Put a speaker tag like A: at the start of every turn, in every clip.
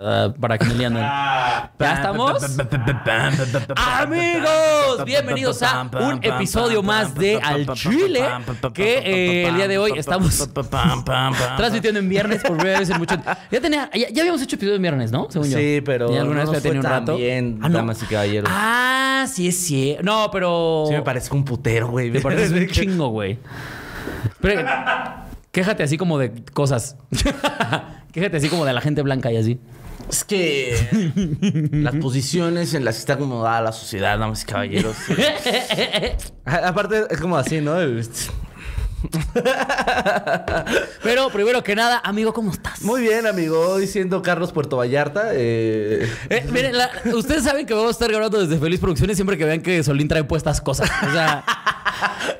A: ah, para que me entiendan. ¿Ya estamos? Amigos, bienvenidos a un episodio más de Al Chile, que eh, el día de hoy estamos transmitiendo en viernes por primera vez en mucho ya tenía ya, ya habíamos hecho episodios en viernes, ¿no? Según yo.
B: Sí, pero
A: ¿Y alguna
B: no
A: vez
B: nos
A: lo tenía
B: fue
A: un
B: tan
A: rato.
B: bien,
A: ah, no.
B: damas y caballeros.
A: Ah, sí es cierto. No, pero
B: Sí me parezco un putero, güey.
A: te pareces un chingo, güey. Pero quéjate así como de cosas. quéjate así como de la gente blanca y así.
B: Es que las posiciones en las que está acomodada la sociedad, damas y caballeros. A- Aparte, es como así, ¿no? El-
A: Pero primero que nada, amigo, ¿cómo estás?
B: Muy bien, amigo. Hoy siendo Carlos Puerto Vallarta. eh,
A: Eh, miren, la- ustedes saben que vamos a estar grabando desde Feliz Producciones siempre que vean que Solín trae puestas cosas. O sea,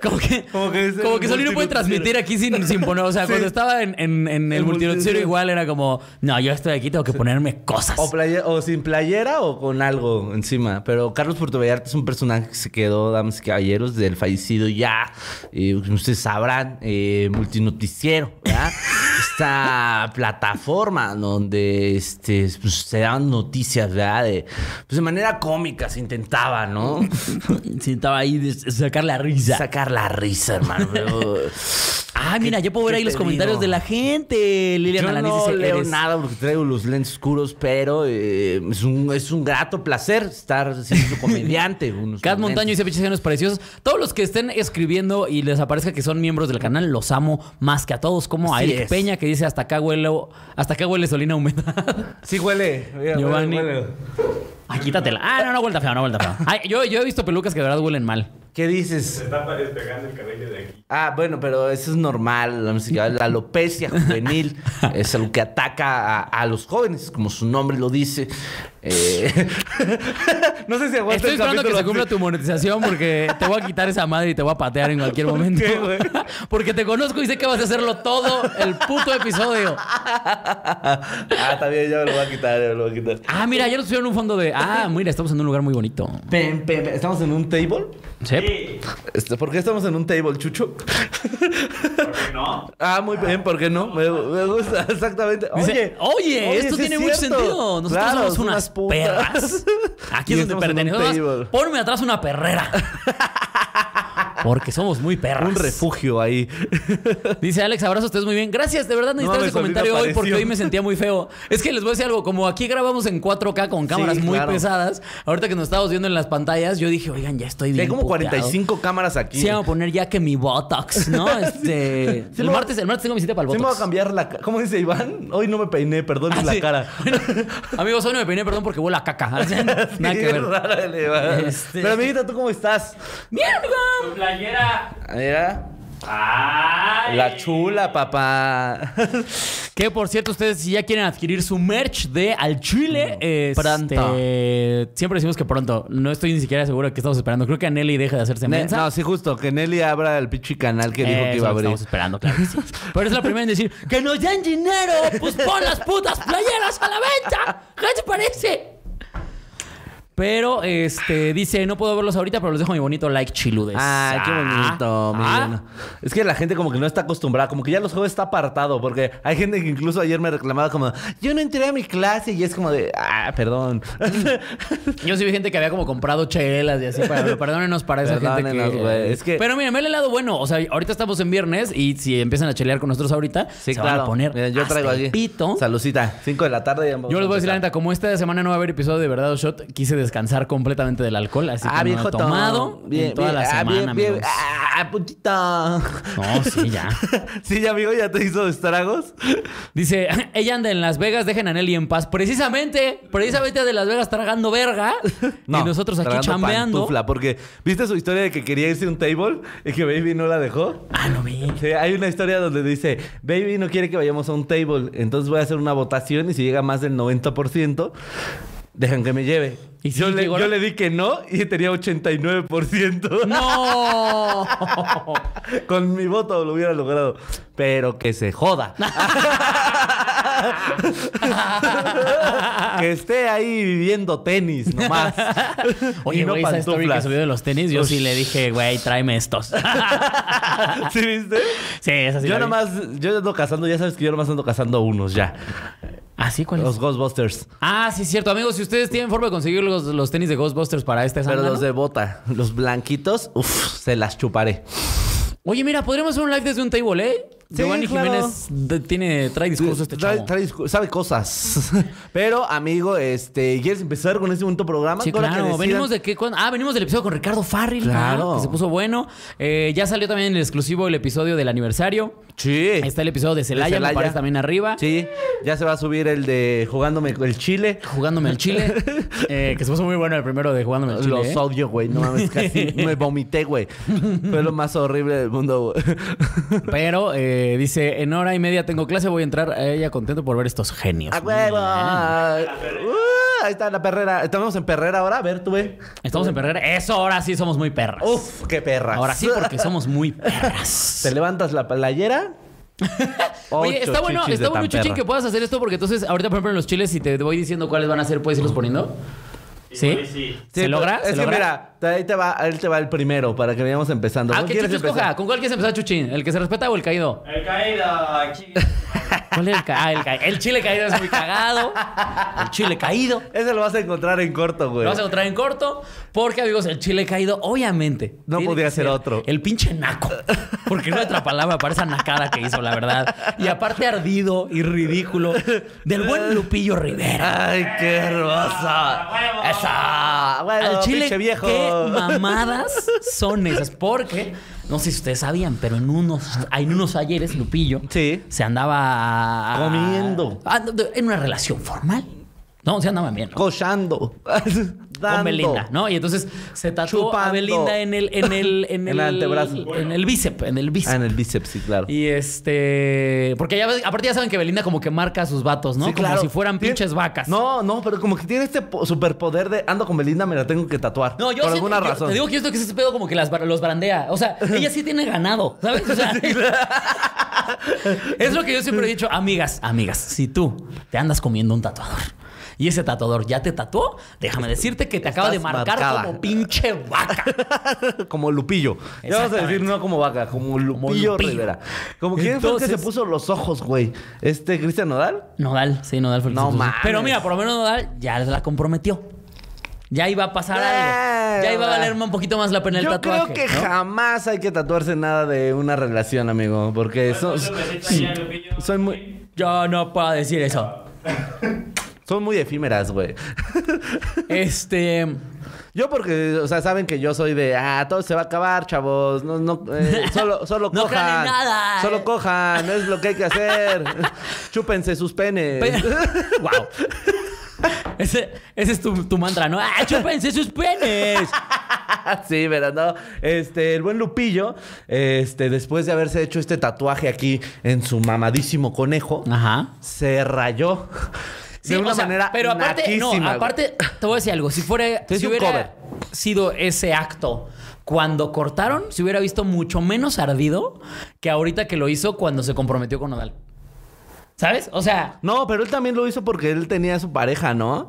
A: como que, como
B: Como
A: que,
B: que-
A: Solín no puede transmitir aquí sin, sin poner. O sea, cuando estaba en, en- en el
B: El
A: multinoticiero
B: multinoticiero.
A: igual era como, no, yo estoy aquí, tengo que ponerme cosas.
B: o, playe- o sin playera o con algo encima. Pero Carlos Puerto Vallarta es un personaje que se quedó, damas y caballeros, del fallecido ya. eh, ustedes sabrán, eh, multinoticiero, ¿verdad? Esta plataforma donde este, pues, se daban noticias, ¿verdad? De, pues, de manera cómica se intentaba, ¿no?
A: Sentaba ahí de- sacar la risa.
B: Sacar la risa, hermano. pero-
A: Ah, mira, yo puedo ver
B: qué
A: ahí los
B: te
A: comentarios
B: digo?
A: de la gente. Lilian
B: Yo
A: Alanis
B: no
A: dice,
B: leo
A: "Eres".
B: nada porque traigo los lentes oscuros, pero eh, es, un, es un grato placer estar siendo comediante. unos
A: Cat
B: momentos.
A: Montaño dice pechizanos preciosos. Todos los que estén escribiendo y les aparezca que son miembros del canal, los amo más que a todos. Como a
B: Así
A: Eric
B: es.
A: Peña que dice hasta acá huele, hasta acá huele solina humedad.
B: Sí huele. mira,
A: Giovanni.
B: huele, huele.
A: Ah, quítatela. Ah, no, no vuelta fea, no vuelta fea. Ay, yo, yo he visto pelucas que de verdad huelen mal.
B: ¿Qué dices?
C: está despegando el cabello de aquí.
B: Ah, bueno, pero eso es normal. La, música- la alopecia juvenil es algo que ataca a, a los jóvenes, como su nombre lo dice. Eh, no sé si aguanta
A: Estoy
B: el
A: esperando que
B: capítulo
A: se cumpla
B: así.
A: tu monetización porque te voy a quitar esa madre y te voy a patear en cualquier momento.
B: qué, güey?
A: porque te conozco y sé que vas a hacerlo todo el puto episodio.
B: Ah, está bien, ya me lo voy a quitar, ya me lo voy a quitar.
A: Ah, mira, ya nos pusieron un fondo de. Ah, mira, estamos en un lugar muy bonito.
B: Pen, pen, pen. ¿Estamos en un table?
A: Sí.
C: Sí,
B: Este, ¿Por qué estamos en un table, Chucho?
C: ¿por qué no?
B: Ah, muy bien, ¿por qué no? Me, me gusta, exactamente. Oye,
A: Dice, oye, esto
B: sí es
A: tiene mucho
B: cierto.
A: sentido. Nosotros
B: Claro,
A: somos
B: son
A: unas
B: putas.
A: perras. Aquí
B: Y
A: es donde
B: estamos en un
A: pertenecemos.
B: table.
A: Ponme atrás una perrera. Porque somos muy perras.
B: Un refugio ahí.
A: Dice Alex, abrazo, ustedes muy bien. Gracias, de verdad necesitaba
B: mames,
A: ese comentario
B: a mí me
A: hoy porque
B: pareció.
A: hoy me sentía muy feo. Es que les voy a decir algo, como aquí grabamos en 4K con cámaras
B: Sí,
A: muy
B: claro.
A: pesadas, ahorita que nos estábamos viendo en las pantallas, yo dije, oigan, ya estoy
B: Y
A: bien.
B: hay como
A: puteado.
B: 45 cámaras aquí.
A: Sí,
B: Sí,
A: vamos a poner ya que mi Botox, ¿no? Este.
B: Sí,
A: el,
B: me-
A: martes, el martes tengo mi cita para el
B: me voy
A: Botox.
B: a cambiar la cara. ¿Cómo dice Iván? Hoy no me peiné, perdón
A: Ah,
B: la
A: sí.
B: cara.
A: Bueno, amigos, hoy no me peiné, perdón, porque huele a caca. O sea, Nada
B: Sí,
A: que ver.
B: raro el Iván.
A: Este-
B: Pero amiguita, ¿tú cómo estás?
A: Bien, amigo.
C: Tu playera.
B: Mira,
C: ¡Ay!
B: la chula, papá.
A: Que por cierto, ustedes si ya quieren adquirir su merch de Al Chile, este,
B: Pronto.
A: siempre decimos que pronto. No estoy ni siquiera seguro de qué estamos esperando. Creo que Aneli deja de hacerse
B: Ne-
A: mensa.
B: no, sí, justo, que Nelly abra el pinche canal que dijo
A: Eso
B: que iba a
A: lo que
B: abrir.
A: Estamos esperando, claro que sí. Pero es la primera en decir que nos den dinero, pues pon las putas playeras a la venta. ¿Qué te parece? Pero este dice, no puedo verlos ahorita, pero les dejo mi bonito like chiludes.
B: Ay, qué bonito, mi
A: Ah.
B: Liliana. Es que la gente como que no está acostumbrada, como que ya los jueves está apartado, porque hay gente que incluso ayer me reclamaba como, yo no entré a mi clase y es como de, ah, perdón.
A: Yo sí vi gente que había como comprado chelas y así. Para, perdónenos para esa gente
B: Perdónenos,
A: que,
B: güey, es que-
A: Pero mira, me el lado bueno. O sea, ahorita estamos en viernes y si empiezan a chelear con nosotros ahorita,
B: Sí,
A: se van
B: claro.
A: a poner
B: Mira, yo
A: hasta
B: traigo
A: el
B: aquí.
A: pito.
B: Salucita, 5 de la tarde. ya vamos
A: Yo les voy a decir la
B: empezar.
A: neta, como esta semana no va a haber episodio de Verdad o Shot, quise descansar completamente del alcohol, así que
B: Ah,
A: no
B: viejo
A: he tomado
B: Tom.
A: en
B: Bien,
A: toda
B: bien,
A: la
B: ah,
A: semana,
B: bien, bien.
A: amigos.
B: Ah, putita.
A: No, sí, ya.
B: sí, ya, amigo, ya te hizo estragos.
A: Dice, ella anda en Las Vegas, dejen a Nelly en paz. Precisamente, precisamente de Las Vegas tragando verga y nosotros aquí
B: tragando
A: chambeando.
B: pantufla, porque, ¿viste su historia de que quería irse a un table y que Baby no la dejó?
A: Ah, no vi.
B: Sí, hay una historia donde dice, Baby no quiere que vayamos a un table, entonces voy a hacer una votación y si llega más del 90%, dejan que me lleve.
A: ¿Y
B: yo,
A: sí
B: le,
A: llegó
B: yo
A: la-
B: le di que no y tenía 89%.
A: ¡No!
B: Con mi voto lo hubiera logrado. Pero que se joda. que esté ahí viviendo tenis nomás.
A: Oye,
B: Y
A: güey, esa story que
B: pantuflas.
A: subió de los tenis, yo sí
B: Ush.
A: le dije, güey, tráeme estos.
B: ¿Sí viste?
A: sí, es así.
B: yo nomás, yo ando cazando, ya sabes que yo nomás ando cazando unos ya.
A: ¿Así cuál es?
B: Los Ghostbusters.
A: Ah, sí, es cierto. Amigos, si ustedes tienen forma de conseguir los, los tenis de Ghostbusters para este
B: Pero
A: sábado.
B: los de bota, los blanquitos, uff, se las chuparé.
A: Oye, mira, podríamos hacer un live desde un table, ¿eh?
B: Sí,
A: Giovanni
B: claro.
A: Jiménés de- tiene, trae discurso este
B: Trae-
A: chavo.
B: trae discu- sabe cosas. Pero, amigo, este, ¿quieres empezar con este bonito programa?
A: Sí,
B: Ahora que
A: claro.
B: decidan-
A: Venimos de qué? ¿Cuándo? Ah, venimos del episodio con Ricardo Farril.
B: Claro.
A: ah, Que se puso bueno. Eh, ya salió también el exclusivo el episodio del aniversario.
B: Sí.
A: Ahí está el episodio de
B: De
A: Celaya, me
B: Celaya.
A: parece también arriba.
B: Sí, ya se va a subir el de jugándome el chile.
A: Jugándome el chile. eh, que se puso muy bueno el primero de jugándome el chile.
B: Los
A: ¿eh?
B: odio, güey. No mames, casi me vomité, güey. Fue lo más horrible del mundo, güey.
A: Pero eh, dice, en hora y media tengo clase, voy a entrar a ella contento por ver estos genios. Eh,
B: ¡A huevo! Uh, ahí está la perrera. Estamos en perrera ahora. A ver, tú ve.
A: Estamos en perrera. Eso ahora sí somos muy perras.
B: Uf, qué perra.
A: Ahora sí, porque somos muy perras.
B: Te levantas la playera.
A: Oye,
B: Ocho
A: está bueno,
B: chichis
A: está
B: de
A: bueno,
B: tan
A: Chuchín,
B: perra.
A: que puedas hacer esto porque entonces ahorita, por ejemplo, en los chiles, si te voy diciendo cuáles van a ser, puedes irlos poniendo. ¿Sí?
C: Igual y sí.
A: ¿Se
B: pero
A: logra?
B: Es
A: ¿Se
B: que
A: logra?
B: mira, te- ahí te, va, ahí te va el primero para que vayamos empezando.
A: Ah,
B: ¿Con
A: que
B: quién
A: Chucho
B: quieres empezar?
A: escoja. ¿Con cuál quieres empezar, Chuchín? ¿El que se respeta o el caído?
C: El caído, chingue.
A: ¿Cuál es el caído? Ah, el, ca- el chile caído es muy cagado. El chile caído.
B: Ese lo vas a encontrar en corto, güey.
A: Lo vas a encontrar en corto porque, amigos, el chile caído, obviamente.
B: No
A: tiene
B: podía
A: que
B: ser otro.
A: El pinche naco. Porque no hay otra palabra para esa nacada que hizo, la verdad. Y aparte ardido y ridículo del buen Lupillo Rivera.
B: Ay, qué hermosa.
C: ¡A huevo!
B: Esa. Ah, Bueno,
A: Al chile,
B: pinche viejo.
A: qué mamadas son esas. Porque, no sé si ustedes sabían, pero en unos, en unos ayeres, Lupillo
B: Sí.
A: se andaba...
B: Comiendo.
A: Ah, no, de- en una relación formal. No, se andaban bien. ¿no?
B: Cochando. Dando.
A: Con Belinda, ¿no? Y entonces se tatuó a
B: Chupando.
A: Belinda en el... En el, en
B: En
A: el,
B: el antebrazo.
A: En el bíceps, en el bíceps.
B: Ah, en el bíceps, sí, claro.
A: Y este... Porque ya ves- aparte ya saben que Belinda como que marca a sus vatos, ¿no?
B: Sí,
A: como
B: claro.
A: si fueran
B: Tiene-
A: pinches vacas.
B: No, no, pero como que tiene este po- superpoder de ando con Belinda, me la tengo que tatuar.
A: No, yo
B: Por
A: sí-
B: alguna
A: yo-
B: razón.
A: Te digo que esto que es ese pedo como que las, bar- los barandea. O sea, ella sí tiene ganado, ¿sabes? O sea, es lo que yo siempre he dicho, amigas, amigas, si tú te andas comiendo un tatuador y ese tatuador ya te tatuó, déjame decirte que te acaba de
B: Estás
A: marcar
B: marcada.
A: como pinche vaca.
B: Como Lupillo. Ya vamos a decir no como vaca, como Lupillo,
A: Lupillo.
B: Rivera. Como quién fue el que se
A: Entonces-
B: puso los ojos, güey. Este Cristian Nodal.
A: Nodal, sí, Nodal fue el que
B: No
A: se puso-
B: mames.
A: Pero mira, por lo menos Nodal ya la comprometió. Ya iba a pasar algo. Ya iba a valerme un poquito más la pena el
B: Yo
A: tatuaje.
B: creo que
A: ¿no?
B: jamás hay que tatuarse nada de una relación, amigo. Porque so-
C: Bueno, lo que sí traía Lupillo,
B: soy muy-
A: Yo no puedo decir eso.
B: son muy efímeras, güey.
A: Este...
B: Yo porque, o sea, saben que yo soy de, ah, todo se va a acabar, chavos. No, no, eh, solo, solo
A: No
B: cojan.
A: planen nada, eh.
B: Solo cojan, es lo que hay que hacer. Chúpense sus penes.
A: wow. Ese, ese es tu, tu mantra, ¿no? ¡Ah, chúpense sus penes!
B: sí, pero no. Este, el buen Lupillo, este, después de haberse hecho este tatuaje aquí en su mamadísimo conejo,
A: Ajá.
B: se rayó.
A: Sí,
B: de
A: o
B: una
A: sea,
B: manera
A: Pero aparte,
B: naquísima,
A: no,
B: güey.
A: aparte, te voy a decir algo. Si fuera. si
B: Te hice un
A: hubiera
B: cover.
A: sido ese acto cuando cortaron, se hubiera visto mucho menos ardido que ahorita que lo hizo cuando se comprometió con Nodal. ¿Sabes? O sea,
B: No, pero él también lo hizo porque él tenía a su pareja, ¿no?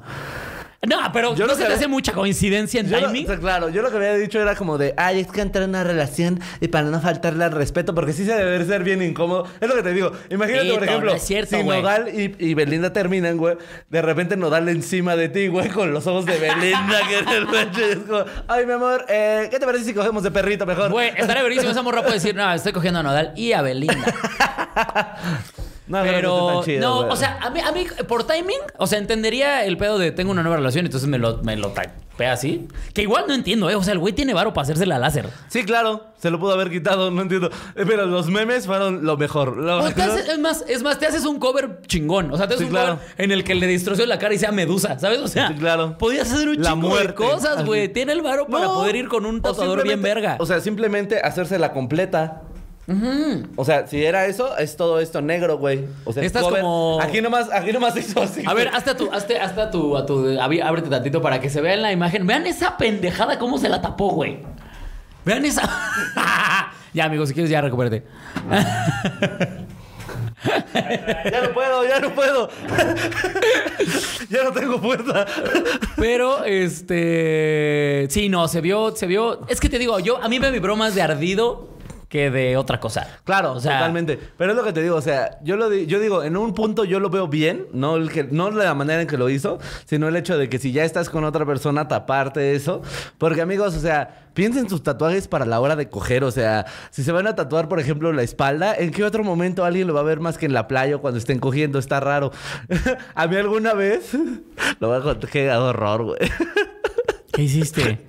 A: no, pero
B: Yo
A: no
B: lo
A: se te
B: que-
A: hace mucha coincidencia en
B: Yo lo-
A: timing.
B: o sea, claro, yo lo que había dicho era como de, ay, es que entré en una relación y para no faltarle al respeto, porque sí se debe ser bien incómodo. Es lo que te digo. Imagínate,
A: Tito,
B: por ejemplo,
A: no es cierto,
B: si
A: güey.
B: Nodal y, y Belinda terminan, güey, de repente Nodal encima de ti, güey, con los ojos de Belinda, que en el pecho, y es como, ay, mi amor, eh, ¿qué te parece si cogemos de perrito mejor?
A: Güey, estaría verísimo esa morra puede decir, no, estoy cogiendo a Nodal y a Belinda.
B: no, creo que esté
A: Pero,
B: tan chido,
A: no,
B: güey.
A: o sea, a mí, a mí, por timing, o sea, entendería el pedo de tengo una nueva relación, entonces me lo, me lo tapea así. Que igual no entiendo, ¿eh? O sea, el güey tiene varo para hacerse la láser.
B: Sí, claro, se lo pudo haber quitado, no entiendo. Eh, Pero los memes fueron lo mejor. lo
A: O te
B: mejor.
A: haces- es, más, es más, te haces un cover chingón. O sea, te haces un
B: Sí, claro.
A: cover en el que le destroce la cara y sea medusa, ¿sabes? O sea,
B: Sí, claro.
A: podías hacer un
B: La
A: chingo de
B: muerte,
A: cosas,
B: así.
A: güey. Tiene el varo para
B: No,
A: poder ir con un
B: o
A: tatuador bien
B: simplemente-
A: verga.
B: O sea, simplemente hacérsela completa. O sea, si era eso, es todo esto negro, güey. O sea, el
A: Estás como-
B: Aquí nomás, aquí nomás hizo así.
A: a ver,
B: güey.
A: hasta tu, hasta, hasta tu, a tu, abrí- ábrete tantito para que se vea en la imagen. Vean esa pendejada cómo se la tapó, güey. Vean esa. ya, amigos, si quieres ya recupérate.
B: Ya no puedo, ya no puedo. ya no tengo fuerza.
A: Pero, este. Sí, no, se vio, se vio. Es que te digo, yo, a mí me vibró más de ardido que de otra cosa.
B: Claro,
A: O sea,
B: totalmente. Pero es lo que te digo, o sea, yo lo di- yo digo, en un punto yo lo veo bien, no el que no la manera en que lo hizo, sino el hecho de que si ya estás con otra persona taparte eso, porque amigos, o sea, piensen sus tatuajes para la hora de coger, o sea, si se van a tatuar, por ejemplo, la espalda, ¿en qué otro momento alguien lo va a ver más que en la playa o cuando estén cogiendo? Está raro. a mí alguna vez lo voy a contar, qué horror, güey.
A: ¿Qué hiciste?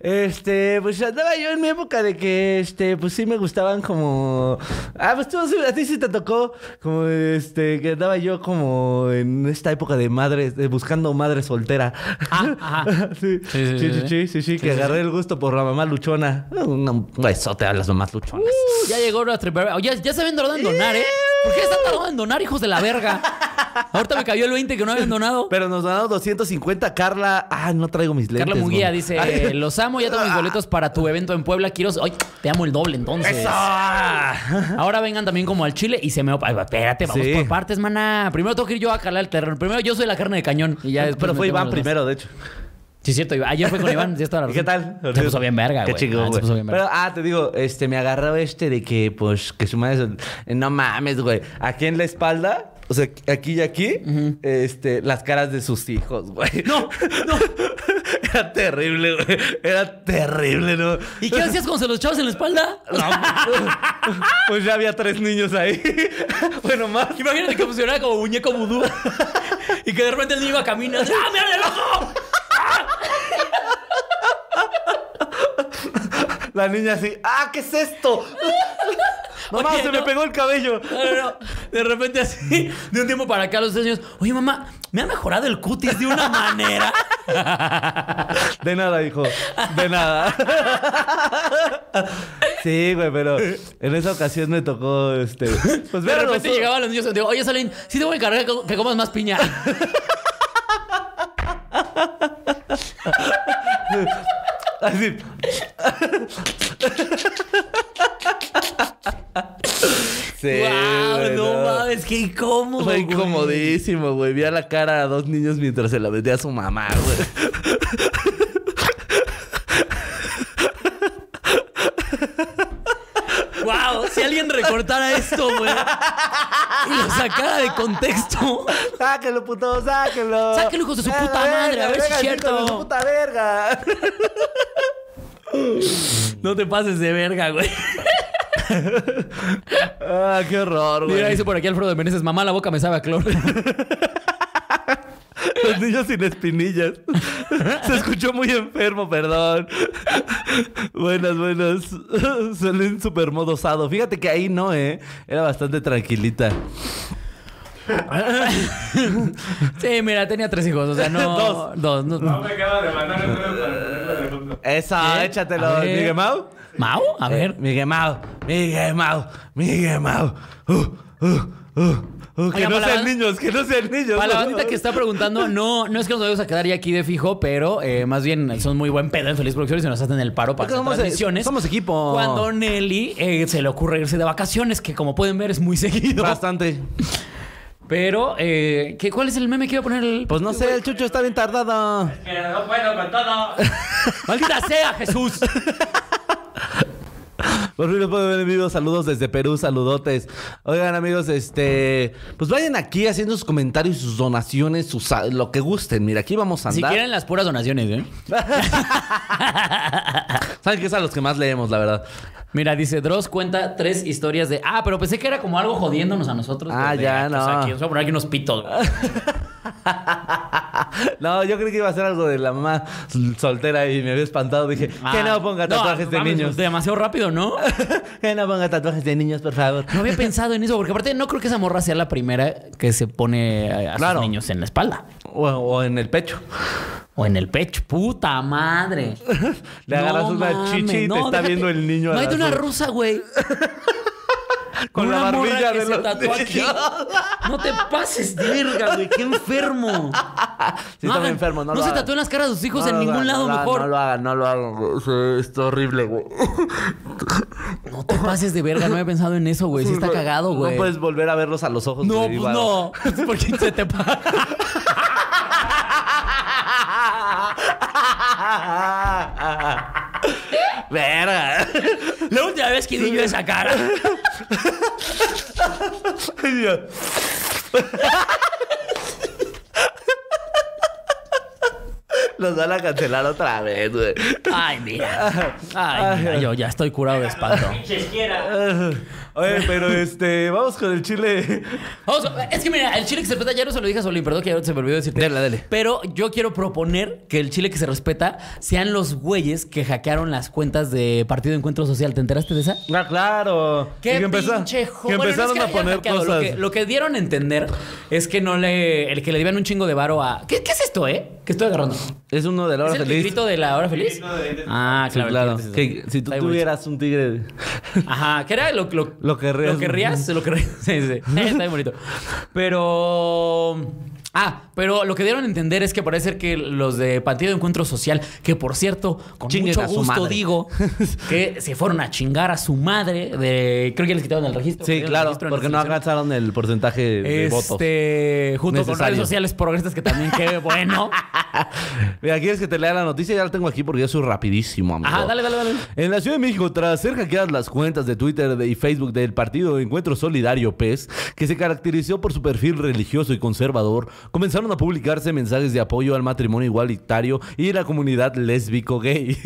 B: Este, pues andaba yo en mi época de que, este, pues sí me gustaban como... Ah, pues tú, sí, a ti sí te tocó, como, este, que andaba yo como en esta época de madres, de buscando madre soltera.
A: Ah, ajá.
B: Sí,
A: Sí, sí,
B: sí, sí,
A: sí,
B: sí,
A: sí.
B: sí, sí, que agarré el gusto por la mamá luchona. Un besote a las mamás luchonas.
A: Uh, ya llegó nuestra. oh, Ya, ya saben dónde donar, ¿eh? ¿Por qué están tardando en donar, hijos de la verga? Ahorita me cayó el 20 que no habían donado.
B: Pero nos donaron 250, Carla. Ah, no traigo mis lentes.
A: Carla Munguía
B: güey.
A: dice:
B: Ay,
A: Los amo, ya tengo mis boletos para tu evento en Puebla. Quiero. Ay, te amo el doble entonces.
B: ¡Eso!
A: Ahora vengan también como al chile y se me. Ay, espérate, vamos
B: Sí.
A: por partes, maná. Primero tengo que ir yo a calar el terreno. Primero yo soy la carne de cañón. Y ya después
B: Pero fue
A: metemos
B: Iván
A: los demás.
B: primero, de hecho.
A: Sí, es cierto. Iván. Ayer fue con Iván. Ya está la razón.
B: ¿Y qué tal?
A: Se puso bien verga, güey.
B: Qué
A: Ah,
B: chico,
A: se
B: güey.
A: puso bien verga.
B: Pero, ah, te digo, este, me agarró este de que, pues, que su madre... se- No mames, güey. Aquí en la espalda... O sea, aquí y aquí, este, las caras de sus hijos, güey. No, no. Era terrible, güey. Era terrible, ¿no?
A: ¿Y qué hacías cuando se los echabas en la espalda?
B: No, pues ya había tres niños ahí. bueno, más.
A: Imagínate que funcionaba como muñeco vudú. Y que de repente el niño iba a caminar. ¡Ah, me abre el ojo!
B: La niña así, ¡ah, qué es esto! Mamá,
A: Oye,
B: se
A: no.
B: me pegó el cabello.
A: No, no, no. De repente así, de un tiempo para acá, los tres niños. Oye, mamá, me ha mejorado el cutis de una manera.
B: De nada, hijo. De nada. Sí, güey, pero en esa ocasión me tocó este. Pues
A: De
B: ver a los-
A: repente llegaban los niños y digo, oye, Salín, sí te voy a encargar que co- que comas más piña.
B: Así. Sí.
A: ¡Guau!
B: güey,
A: no mames, qué incómodo.
B: Fue
A: güey.
B: incomodísimo, güey. Vi a la cara a dos niños mientras se la vendía a su mamá, güey.
A: ¡Guau! Si alguien recortara esto, güey. Y lo sacara de contexto.
B: Sáquenlo, puto, sáquenlo. Eh,
A: Sáquenlo, hijos de su puta madre, a ver si es cierto.
B: hijos de su puta verga.
A: No te pases de verga, güey.
B: Ah, qué horror, güey.
A: Mira, dice por aquí Alfredo de Meneses, mamá, la boca me sabe a cloro.
B: Los niños sin espinillas. Se escuchó muy enfermo, perdón. Buenas, buenas. Salen súper modosado. Fíjate que ahí no, ¿eh? Era bastante tranquilita.
A: Sí, mira, tenía tres hijos, o sea, no...
B: Dos.
A: Dos.
C: No
A: no.
C: me acaba de mandar el número para ponerlo de fondo.
B: Eso,
A: ¿Eh? A
B: échatelo.
A: ver.
B: Miguel Mau.
A: ¿Mau? A ver.
B: Miguel Mau. Miguel Mau. Miguel Mau. Uh, uh, uh, uh. Que
A: Oigan,
B: no
A: para la-
B: sean niños, que no sean niños.
A: Para la
B: por
A: bandita
B: favor.
A: que está preguntando, no, no es que nos vayamos a quedar ya aquí de fijo, pero eh, más bien son muy buen pedo en Feliz Producciones y nos hacen el paro para
B: Porque
A: hacer
B: somos- eh,
A: transmisiones.
B: somos equipo.
A: Cuando Nelly eh, se le ocurre irse de vacaciones, que como pueden ver es muy seguido.
B: Bastante.
A: Pero, eh, ¿qué, ¿cuál es el meme que iba a poner el...?
B: Pues no sé, el chucho está bien tardado.
C: Pero no puedo con todo.
A: ¡Maldita sea, Jesús!
B: Por fin los puedo ver en vivo. Saludos desde Perú, saludotes. Oigan, amigos, este. Pues vayan aquí haciendo sus comentarios, sus donaciones, sus, lo que gusten. Mira, aquí vamos a
A: Si
B: andar.
A: quieren las puras donaciones, ¿eh?
B: Saben que es a los que más leemos, la verdad.
A: Mira, dice Dross cuenta tres historias de. Ah, pero pensé que era como algo jodiéndonos a nosotros.
B: Ah,
A: güey, de
B: ya,
A: aquí, O sea,
B: no.
A: aquí, vamos a poner aquí unos pitos. güey.
B: No, yo creí que iba a ser algo de la mamá sol- soltera y me había espantado. Dije, que
A: Ah,
B: no ponga tatuajes de
A: mames,
B: niños.
A: Demasiado rápido, ¿no?
B: Que no ponga tatuajes de niños, por favor.
A: No había pensado en eso, porque aparte no creo que esa morra sea la primera que se pone a, a sus
B: Claro.
A: niños en la espalda
B: O, o en el pecho.
A: o en el pecho. Puta madre.
B: Le agarras una chichi y te está viendo el niño a
A: No hay
B: las
A: de una
B: horas.
A: rusa, güey.
B: Con la
A: Una morra
B: barbilla
A: que
B: de
A: se
B: los
A: tatuó aquí. No te pases de verga, güey. Qué enfermo.
B: Sí, está muy enfermo, no lo
A: se
B: hagan.
A: tatúen las caras de sus hijos
B: No
A: en
B: lo
A: ningún
B: hagan,
A: lado
B: no lo hagan,
A: mejor.
B: No lo hagan, no lo hagan. güey. Sí, está horrible, güey.
A: No te pases de verga, no había pensado en eso, güey. Sí está cagado, güey.
B: No puedes volver a verlos a los ojos.
A: No,
B: güey,
A: pues
B: igual.
A: no. Porque se te para.
B: Verga.
A: La última vez que vi yo esa cara.
B: Ay, Dios. Nos van a cancelar otra vez, güey.
A: Ay, mira. Ay, mira, yo ya estoy curado de espanto.
C: Pinches quiera.
B: Oye, pero este, vamos con el chile.
A: Vamos, es que mira, el chile que se respeta ya no se lo dije a Solín, perdón que ya se me olvidó decirte.
B: Dale, dale.
A: Pero yo quiero proponer que el chile que se respeta sean los güeyes que hackearon las cuentas de Partido Encuentro Social. ¿Te enteraste de esa?
B: Ah, claro.
A: ¡Qué
B: Y que empeza-
A: pinche jo-
B: Que
A: Bueno, no es
B: empezaron
A: que
B: a
A: hayan
B: poner
A: hackeado,
B: cosas.
A: Lo que, lo que dieron a entender es que no le... El que le debían un chingo de varo a... ¿Qué, qué es esto, eh? Que estoy agarrando.
B: Es uno de la
A: ¿Es
B: hora
A: el
B: feliz.
A: grito de la hora feliz?
C: grito de-
A: Ah,
B: Sí,
A: claro.
B: claro.
A: el grito.
B: Que si
A: Está
B: tú
A: bonito.
B: tuvieras un tigre.
A: Ajá, que era lo, lo,
B: Lo querrías.
A: Lo querrías, lo querrías. Sí, sí. Está bien bonito. Pero. Ah, pero lo que dieron a entender es que parece ser que los de Partido de Encuentro Social, que por cierto, con
B: Chinguen
A: mucho
B: a su
A: gusto
B: madre.
A: digo que se fueron a chingar a su madre de. Creo que les quitaron el registro.
B: Sí,
A: pidieron el
B: claro,
A: registro en
B: porque no
A: las
B: alcanzaron el porcentaje de votos.
A: elecciones. Este. Junto con
B: Necesario.
A: redes sociales progresistas que también, qué bueno.
B: Mira, ¿quieres que te lea la noticia? Ya la tengo aquí porque yo soy rapidísimo, amigo.
A: Ajá, dale, dale, dale.
B: En la Ciudad de México, tras ser hackeadas las cuentas de Twitter y Facebook del partido Encuentro Solidario PES, que se caracterizó por su perfil religioso y conservador, comenzaron a publicarse mensajes de apoyo al matrimonio igualitario y la comunidad lésbico-gay.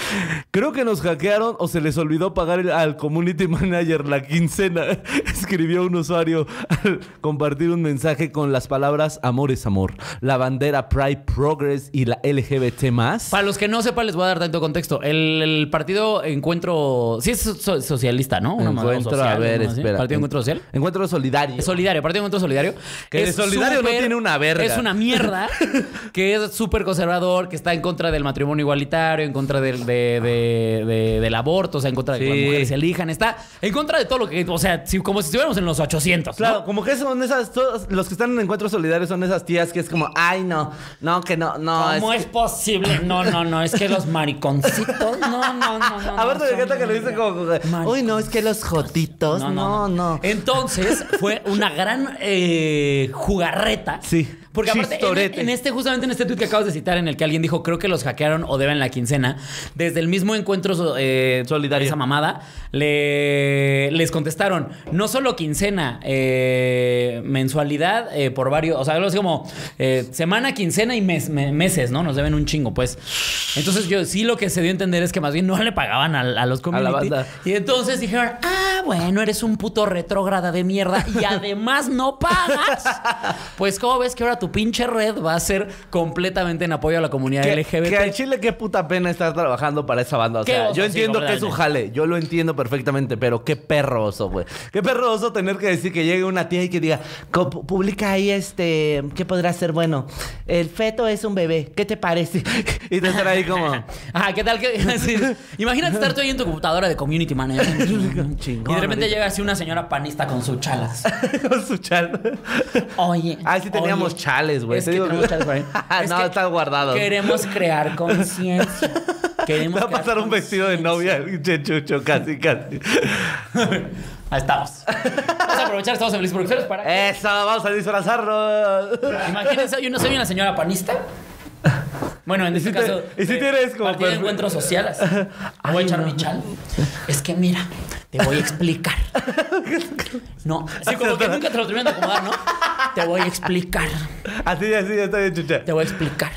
B: Creo que nos hackearon o se les olvidó pagar el- al community manager la quincena, escribió un usuario al compartir un mensaje con las palabras amor es amor, la bandera Pride Progress y la LGBT más.
A: Para los que no sepan, les voy a dar tanto contexto. El, el partido Encuentro. Sí, es so- socialista, ¿no? Una mamada
B: Encuentro,
A: social,
B: a ver,
A: una así.
B: espera.
A: Partido Encuentro Social.
B: Encuentro solidario.
A: Es Solidario, Partido Encuentro Solidario.
B: Que de
A: Es
B: solidario no
A: súper-
B: tiene una verga.
A: Es una mierda. que es súper conservador, que está en contra del matrimonio igualitario, en contra del, de- de- de- del aborto, o sea, en contra de que
B: Sí.
A: las mujeres elijan. Está en contra de todo lo que. O sea, si- como si estuviéramos en los 800. ¿no?
B: Claro, como que son esas, todos los que están en encuentros solidarios son esas tías que es como, ay no, no, que no, no.
A: ¿Cómo es posible? No, no, no. Es que los mariconcitos. No, no, no. no
B: A ver,
A: no,
B: te
A: son
B: encanta que lo dicen
A: mierda.
B: como,
A: Maricón.
B: uy no, es que los jotitos, no, no.
A: Entonces, fue una gran eh, jugarreta.
B: Sí.
A: Porque aparte, en,
B: Chistorete.
A: en este, justamente en este tweet que acabas de citar, en el que alguien dijo, creo que los hackearon o deben la quincena, desde el mismo encuentro eh,
B: Solidario.
A: Esa mamada, le- les contestaron, no solo quincena, eh, mensualidad eh, por varios, o sea, algo así como eh, semana, quincena y mes- me- meses, ¿no? Nos deben un chingo, pues. Entonces, yo sí lo que se dio a entender es que más bien no le pagaban a, a los
B: la
A: community.
B: banda.
A: Y entonces dijeron, ah, bueno, eres un puto retrógrada de mierda y además no pagas. Pues, ¿cómo ves que ahora tu pinche red va a ser completamente en apoyo a la comunidad
B: Que,
A: LGBT?
B: que al Chile qué puta pena estar trabajando para esa banda. O
A: Qué
B: sea,
A: oso,
B: yo
A: sí,
B: entiendo que es su jale, yo lo entiendo perfectamente, pero qué perro oso, güey. Qué perro oso tener que decir que llegue una tía y que diga, "Co- pu- publica ahí este, ¿qué podrá ser bueno? El feto es un bebé, ¿qué te parece? Y te estar ahí como...
A: Ajá, ¿qué tal? que sí. Imagínate estar tú ahí en tu computadora de community manager.
B: Chingón,
A: y de repente
B: ahorita.
A: llega así una señora panista con sus chalas.
B: Con su chal.
A: Oye.
B: Ah, sí teníamos
A: oye,
B: chales, güey.
A: Es
B: Te
A: que
B: digo que- Ah,
A: tenemos chales por ahí. Es
B: no,
A: que
B: están guardados.
A: Queremos crear conciencia. Queremos
B: Va a
A: crear
B: pasar un vestido de
A: conciencia.
B: novia, el pinche chucho, casi, casi.
A: Ahí estamos. Vamos a aprovechar, estamos en Feliz Producciones para que-
B: Eso, vamos a disfrazarlo.
A: Imagínense, yo no soy una señora panista. Bueno, en este
B: si te-
A: caso.
B: y si
A: de
B: tienes como
A: Partido de
B: perfil-
A: encuentros sociales. Voy a echar mi chal. Es que mira, te voy a explicar. No, sí, como que nunca te lo terminan de acomodar, ¿no? Te voy a explicar.
B: Así, así, ya está bien, chucha.
A: Te voy a explicar.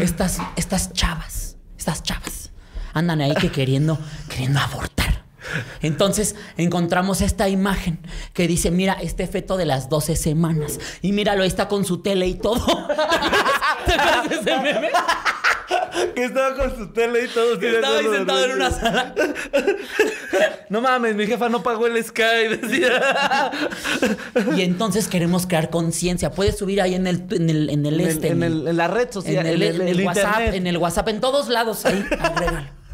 A: Estas, estas chavas, estas chavas, andan ahí que queriendo, queriendo abortar. Entonces encontramos esta imagen que dice, mira, este feto de las 12 semanas. Y míralo, ahí está con su tele y todo. ¿Te acuerdas de ese meme?
B: Que estaba con su tele y todo.
A: Que
B: sí,
A: estaba ahí
B: todo,
A: sentado en
B: todo.
A: una sala.
B: No mames, mi jefa no pagó el Sky. Decía.
A: Y entonces queremos crear conciencia. Puedes subir ahí en el, en el, en el
B: En,
A: este.
B: el- en el- en la red social,
A: en el- en el WhatsApp,
B: internet.
A: en el WhatsApp, en todos lados, ahí, agrégalo.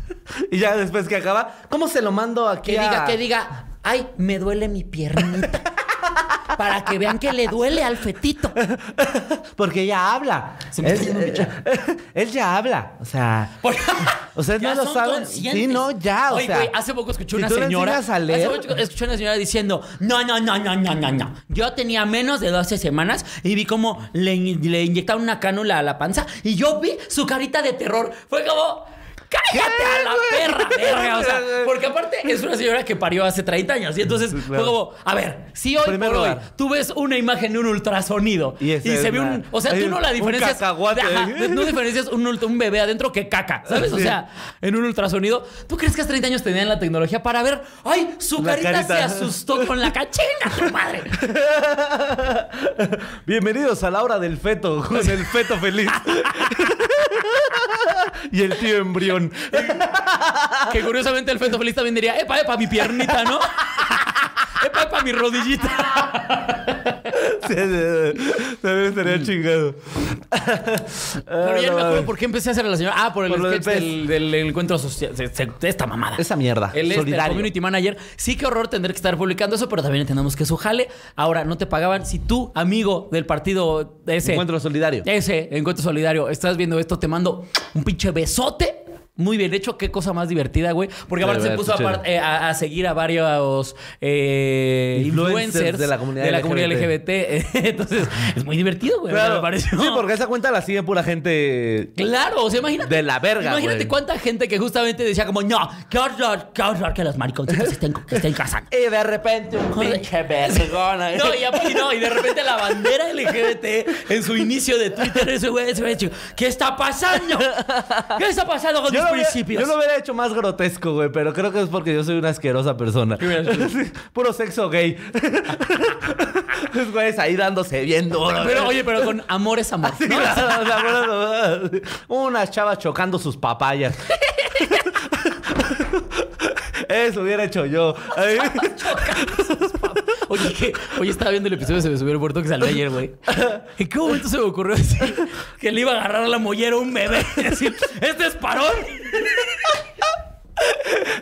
B: Y ya después que acaba, ¿cómo se lo mando aquí
A: Que
B: a-
A: diga, que diga, Ay, me duele mi piernita. Para que vean que le duele al fetito.
B: Porque ella habla.
A: Se me está yendo mi
B: él ya habla. O sea.
A: Por-
B: Ustedes
A: Ya
B: no lo
A: son
B: saben.
A: conscientes.
B: Sí, no, ya, o
A: Oye,
B: sea,
A: güey, hace poco escuché
B: si
A: una
B: tú le
A: señora.
B: enseñas a leer-
A: Hace poco escuché una señora diciendo: No, no, no, no, no, no, no. Yo tenía menos de 12 semanas y vi cómo le, in- le inyectaron una cánula a la panza y yo vi su carita de terror. Fue como. ¡Cállate a la perra, verga! O sea, porque aparte es una señora que parió hace 30 años. Y entonces
B: claro.
A: fue como, a ver, si hoy
B: Primer
A: por hoy
B: lugar.
A: tú ves una imagen de un ultrasonido y,
B: Y esa
A: se
B: es
A: ve
B: una-
A: un. O sea,
B: hay
A: tú
B: un-
A: no la
B: un
A: diferencias.
B: cacahuate.
A: Ajá, no diferencias un, ult- un bebé adentro que caca, ¿sabes? O
B: Sí.
A: sea, en un ultrasonido. ¿Tú crees que hace 30 años tenían la tecnología para ver? ¡Ay, su
B: La
A: carita, se
B: carita.
A: asustó con la cachina, tu madre!
B: Bienvenidos a la hora del feto, con el feto feliz. y el tío embrión.
A: Que curiosamente el feto feliz también diría, ¡epa, epa, mi piernita, ¿no? ¡Epa, epa, mi rodillita!
B: También estaría chingado.
A: Pero ya no me
B: Ah, no
A: acuerdo
B: mames.
A: por qué empecé a hacer a la señora. Ah, por el
B: Por lo del
A: sketch
B: pez.
A: del, del encuentro social. se- se- de esta mamada.
B: Esa mierda,
A: El, este, el
B: solidario.
A: community manager. Sí, qué horror tener que estar publicando eso, pero también entendemos que es su jale. Ahora, no te pagaban. Si tú, amigo del partido ese.
B: Encuentro solidario.
A: Ese, Encuentro Solidario, estás viendo esto, te mando un pinche besote. Muy bien hecho, qué cosa más divertida, güey. Porque
B: Sí,
A: aparte se
B: verdad,
A: puso
B: está
A: apar- eh, a, a seguir a varios eh, influencers,
B: Influencers de la comunidad
A: de la
B: LGBT.
A: comunidad LGBT. Entonces, es muy divertido, güey.
B: Claro.
A: Me pareció.
B: Sí, porque esa cuenta la sigue pura gente.
A: Claro, o sea, imagínate.
B: De la verga,
A: Imagínate
B: güey.
A: cuánta gente que justamente decía como, no, qué horror, qué horror que los mariconcitos estén, que estén casando.
B: Y de repente un
A: pinche
B: vergona.
A: No y, ap- y no, y de repente la bandera LGBT en su inicio de Twitter, ese güey, ese güey, chico, ¿qué está pasando? ¿Qué está pasando con
B: Yo
A: mis
B: lo, hubiera,
A: principios?
B: yo lo hubiera hecho más grotesco, güey, pero creo que es porque yo soy una asquerosa persona.
A: hubieras hecho?
B: Sí, Puro sexo gay. Los güeyes ahí dándose bien duro.
A: Pero,
B: güey.
A: oye, pero con amor es amor.
B: Sí,
A: ¿no?
B: claro, o sea, bueno, no, unas chavas chocando sus papayas. Eso hubiera hecho yo. Ay,
A: Oye, que, oye, estaba viendo el episodio de Se me subió el muerto que salió ayer, güey. ¿En qué momento se me ocurrió decir que le iba a agarrar la mollera a un bebé? Y decir, ¡este es parón!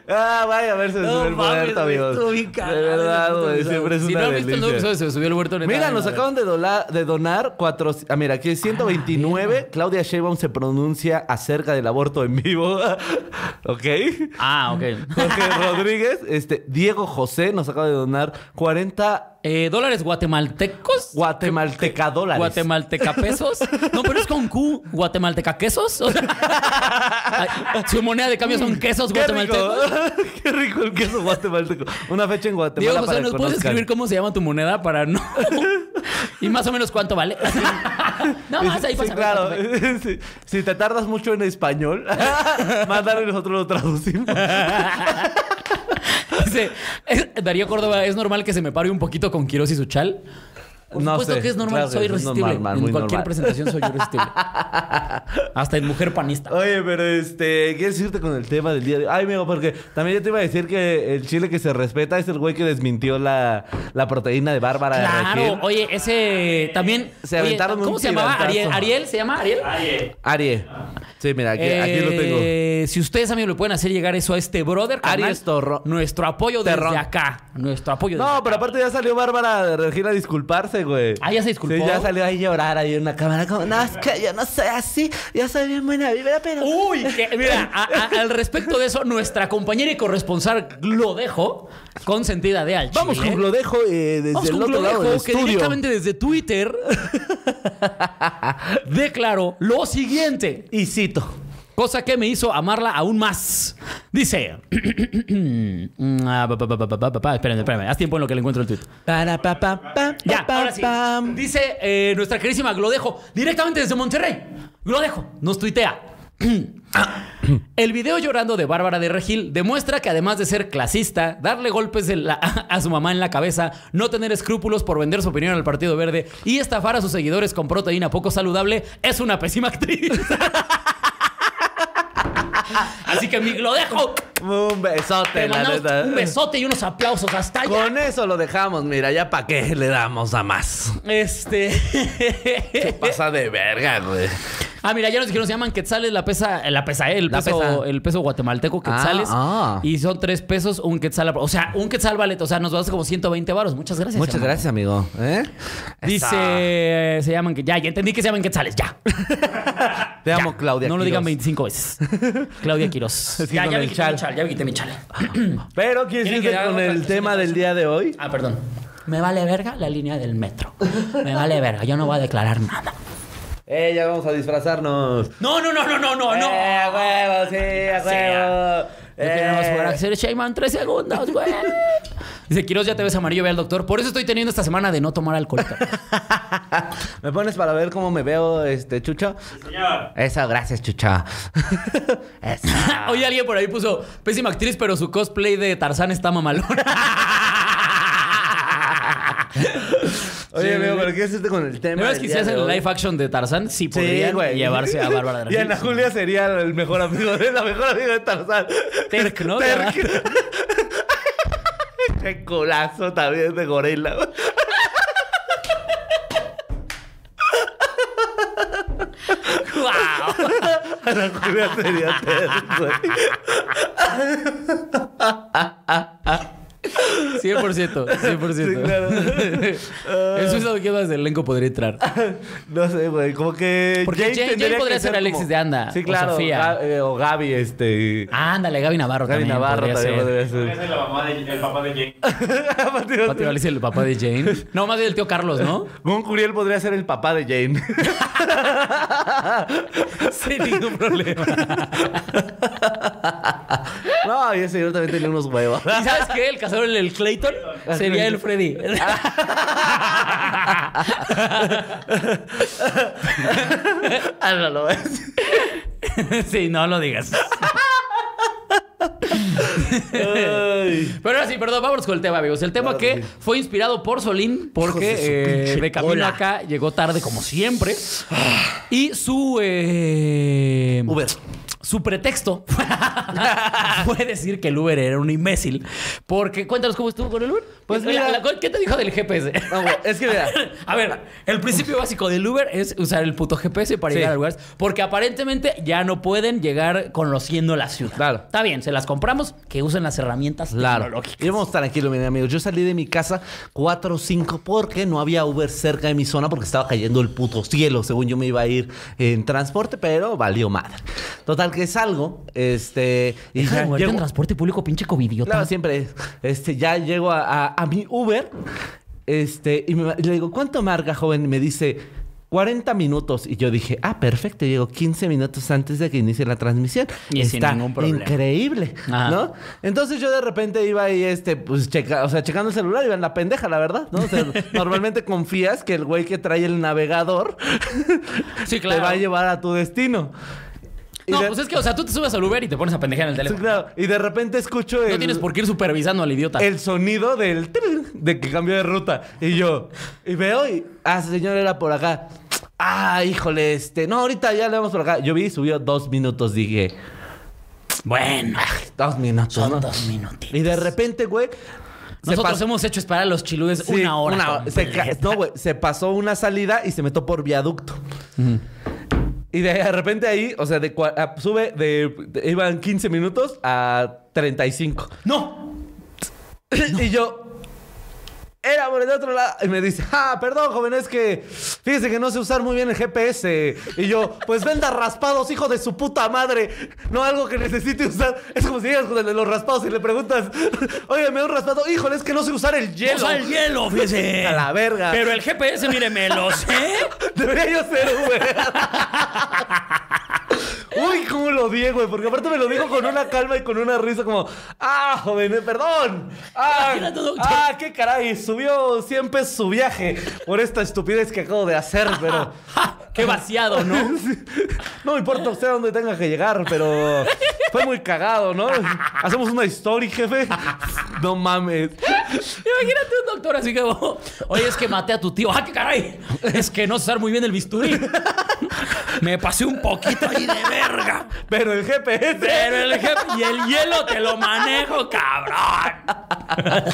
B: Ah, vaya a verse
A: No
B: el
A: mames,
B: muerto,
A: güey,
B: amigos.
A: estuvo bien cagado ese
B: de verdad,
A: puto
B: güey,
A: episodio.
B: siempre es
A: Si
B: una
A: no han visto el nuevo
B: delicia.
A: episodio de Se me subió el huerto, neta,
B: Mira,
A: vayan
B: nos
A: a ver.
B: acaban de, dola- de donar cuatro... Ah, mira, aquí 129. Claudia Sheinbaum se pronuncia acerca del aborto en vivo. ¿Ok?
A: Ah, ok.
B: Jorge Rodríguez. Este, Diego José nos acaba de donar 40
A: Eh, ¿Dólares guatemaltecos?
B: guatemalteca dólares.
A: Guatemalteca pesos. No, pero es con Q. Guatemalteca quesos. O sea, ay, su moneda de cambio son quesos
B: ¡Qué rico!
A: guatemaltecos.
B: ¡Qué rico el queso guatemalteco! Una fecha en Guatemala
A: Diego José,
B: para
A: ¿nos
B: que
A: puedes
B: conozcan.
A: escribir cómo se llama tu moneda para no? y más o menos cuánto vale. no, más ahí
B: Sí,
A: pasa.
B: claro. Sí. Si te tardas mucho en español, mándalo y nosotros lo traducimos.
A: Dice, es- Darío Córdoba, ¿es normal que se me pare un poquito con Quiroz y su chal? Por
B: No
A: supuesto
B: sé,
A: que es normal,
B: claro que
A: soy
B: es normal,
A: irresistible.
B: man,
A: en
B: muy
A: cualquier
B: normal.
A: presentación soy irresistible. Hasta en mujer panista.
B: Oye, pero este, ¿quieres irte con el tema del día de Ay, amigo, porque también yo te iba a decir que el chile que se respeta es el güey que desmintió la, la proteína de Bárbara de
A: Claro,
B: Regil.
A: oye, ese también.
B: Se
A: oye,
B: aventaron un
A: ¿Cómo se llamaba?
B: tirantazo.
A: Ariel, ¿Ariel? ¿Se llama Ariel?
C: Aye.
B: Arie. Sí, mira, aquí, aquí lo tengo.
A: Eh, Si ustedes, amigos, le pueden hacer llegar eso a este brother, carnal,
B: Ariel Torro-
A: nuestro apoyo
B: Terrón.
A: desde acá. Nuestro apoyo desde
B: No, pero aparte ya salió Bárbara de Regil a disculparse, güey.
A: Ah, ¿ya se disculpó?
B: Sí, ya salió ahí a llorar ahí en la cámara. Como, no, es que yo no soy así. Yo soy bien buena vibra, pero...
A: Uy, que- mira, a- a- al respecto de eso, nuestra compañera y corresponsal Glodejo, consentida de Al
B: Vamos
A: Chile,
B: con Glodejo eh, desde
A: Vamos
B: el
A: con
B: otro lado del
A: Glodejo, que
B: estudio.
A: directamente desde Twitter declaró lo siguiente.
B: Y cito.
A: Cosa que me hizo amarla aún más. Dice. Ah, pa, pa, pa, pa, pa, pa, pa. Espérame, espérame. Haz tiempo en lo que le encuentro el tweet.
B: Para, pa, pa, pa,
A: Ya,
B: pa,
A: ahora sí.
B: pam.
A: Dice eh, nuestra querísima Glodejo, directamente desde Monterrey. Glodejo, nos tuitea. El video llorando de Bárbara de Regil demuestra que además de ser clasista, darle golpes en la- a su mamá en la cabeza, no tener escrúpulos por vender su opinión al Partido Verde y estafar a sus seguidores con proteína poco saludable, es una pésima actriz. Así que mi Glodejo,
B: Un besote,
A: te
B: la
A: mandamos
B: neta.
A: un besote y unos aplausos hasta allá.
B: Con eso lo dejamos, mira, ya para qué le damos a más.
A: Este.
B: Pasa de verga, güey.
A: Ah, mira, ya nos dijeron, se llaman quetzales la pesa, la pesa, eh, el,
B: La
A: peso,
B: pesa.
A: el peso guatemalteco quetzales.
B: ah.
A: Y son tres pesos, un quetzal. O sea, un quetzal vale, o sea, nos vas como 120 varos. Muchas gracias.
B: Muchas
A: hermano.
B: gracias, amigo. ¿Eh?
A: Dice, se llaman que ya, ya entendí que se llaman quetzales, ya.
B: Esa. Te amo,
A: Ya.
B: Claudia.
A: No lo digan
B: Quiroz.
A: 25 veces. Claudia Quiroz.
B: Es que
A: ya,
B: con
A: ya
B: el
A: me quité
B: chal.
A: mi chal, ya me quité mi chal.
B: Pero quieres
A: Tiene que
B: irte
A: dar
B: con
A: otra
B: el
A: cosa,
B: tema
A: otra
B: del día de hoy.
A: Ah, perdón. Me vale verga la línea del metro. Me vale verga. Yo no voy a declarar nada.
B: Eh, ya vamos a disfrazarnos.
A: No, no, no, no, no, no, no.
B: Eh, a huevo, sí, a huevo.
A: No tenemos
B: Eh.
A: por hacer Shayman tres segundos, güey. Dice, Quiroz, ya te ves amarillo, ve al doctor. Por eso estoy teniendo esta semana de no tomar alcohol. cabrón.
B: ¿Me pones para ver cómo me veo, este, Chucho?
C: Señor.
B: Eso, gracias, Chucha. Eso.
A: Oye, alguien por ahí puso, pésima actriz, pero su cosplay de Tarzán está mamalón.
B: Oye,
A: Sí,
B: amigo,
A: sí,
B: ¿pero qué hiciste con el
A: ¿No
B: tema?
A: ves
B: del
A: que si
B: día de
A: hacen el
B: hoy?
A: live action de Tarzán? Sí,
B: Sí,
A: podrían
B: güey.
A: llevarse a Bárbara
B: Y Ana
A: Regil.
B: Julia sería el mejor amigo de la mejor amiga de Tarzán.
A: Terk, ¿no?
B: Terk. Qué colazo también de gorila.
A: ¡Guau!
B: Ana Julia sería Terk, güey.
A: 100%, 100%.
B: Sí, claro.
A: El suizo de más del elenco podría entrar.
B: No sé, güey. Como que.
A: Porque Jane- Jane
B: tendría que
A: podría ser Alexis de Anda,
B: Sí,
A: o
B: claro.
A: Sofía.
B: Ga- eh, O Gaby, este.
A: Ándale, Gaby Navarro
B: Gaby
A: también.
B: Navarro
A: podría
B: también
A: ser.
B: podría
C: Ese
B: ser.
C: es la mamá de- el papá de Jake.
B: Partido-
A: Pati Vale es el papá de Jane. No, más del tío Carlos, ¿no?
B: Gon Curiel podría ser el papá de Jane.
A: Sin ningún problema.
B: no, y ese señor también tenía unos huevos.
A: ¿Y sabes qué? El cazador del Clayton sería el Freddy.
B: Ah, no lo ves.
A: sí, no lo digas.
B: Ay.
A: Pero ahora sí, perdón, vámonos con el tema, amigos. El tema
B: Claro,
A: que
B: sí.
A: fue inspirado por Solín, porque
B: Hijo de su
A: eh,
B: pinche
A: de camino
B: cola. Ah.
A: acá llegó tarde, como siempre. Y su. eh,
B: Uber.
A: Su pretexto fue decir que el Uber era un imbécil. Porque, cuéntanos cómo estuvo con el Uber.
B: Pues
A: La-
B: mira-
A: la- ¿Qué te dijo del GPS?
B: No, güey, es que mira.
A: A ver, el principio básico del Uber es usar el puto GPS para
B: Sí.
A: llegar a lugares. Porque aparentemente ya no pueden llegar conociendo la ciudad.
B: Claro.
A: Está bien, se las compramos, que usen las herramientas
B: Claro.
A: tecnológicas.
B: Íbamos tranquilos, miren, amigos. Yo salí de mi casa 4 o 5 porque no había Uber cerca de mi zona porque estaba cayendo el puto cielo. Según yo me iba a ir en transporte, pero valió madre. Total, que salgo. Este. Y
A: Deja de
B: ya
A: moverte en
B: llego-
A: transporte público, pinche covidiota.
B: Claro, siempre. Este, ya llego a, a- a mi Uber. Este, y, me- y le digo, ¿cuánto marca, joven? Y me dice, 40 minutos. Y yo dije, ah, perfecto. Llego 15 minutos antes de que inicie la transmisión.
A: Y sin ningún problema.
B: Increíble,
A: Ajá.
B: ¿no? Entonces yo de repente iba ahí, este, pues, checa, o sea, checando el celular, iba en la pendeja, la verdad, ¿no? O sea, normalmente confías que el güey que trae el navegador
A: Sí,
B: te va a
A: claro.
B: llevar a tu destino. Y
A: No,
B: de-
A: pues es que, o sea, tú te subes al Uber y te pones a pendejar en el
B: sí,
A: teléfono.
B: claro. Y de repente escucho el...
A: No tienes por qué ir supervisando al idiota.
B: El sonido del trin, de que cambió de ruta. Y yo, y veo y. Ah, ese señor era por acá. Ah, híjole, este. No, ahorita ya le vamos por acá. Yo vi, subió dos minutos, dije. "Ah,
A: Bueno,
B: Dos minutos.
A: son
B: ¿no?
A: dos minutitos.
B: Y de repente, güey. se
A: Nosotros
B: pasó-
A: hemos hecho esperar a los chiludes
B: sí,
A: una hora.
B: se ca-
A: completa.
B: no, güey. Se pasó una salida y se metió por viaducto. Y de, de repente ahí, o sea, de, cua- ah, sube de, de- Iban 15 minutos a 35.
A: ¡No!
B: Y yo. Era por el otro lado. Y me dice, ah, perdón, joven, es que fíjese que no sé usar muy bien el GPS. Y yo, pues venda raspados, hijo de su puta madre. No algo que necesite usar. Es como si llegas con el de los raspados y le preguntas, oye, me da un raspado. Híjole, es que no sé usar el hielo.
A: ¡Hielo! al hielo, fíjese!
B: A la verga.
A: Pero el GPS, mire, me lo sé.
B: Debería yo ser Uber. Uy, cómo lo odié, güey. Porque aparte me lo dijo con una calma y con una risa como... ¡Ah, joven, eh, perdón! ¡Ah,
A: Imagínate, doctor.
B: ah qué caray! Subió 100 pesos su viaje por esta estupidez que acabo de hacer, pero...
A: Qué vaciado, ¿no?
B: Sí. No me importa usted a dónde tenga que llegar, pero fue muy cagado, ¿no? Hacemos una story, jefe. No mames.
A: Imagínate un doctor así que, oye, es que maté a tu tío. ¡Ah, qué caray! Es que no sé usar muy bien el bisturí. Me pasé un poquito ahí de verga.
B: Pero el GPS...
A: Pero el jefe y el hielo te lo manejo, cabrón.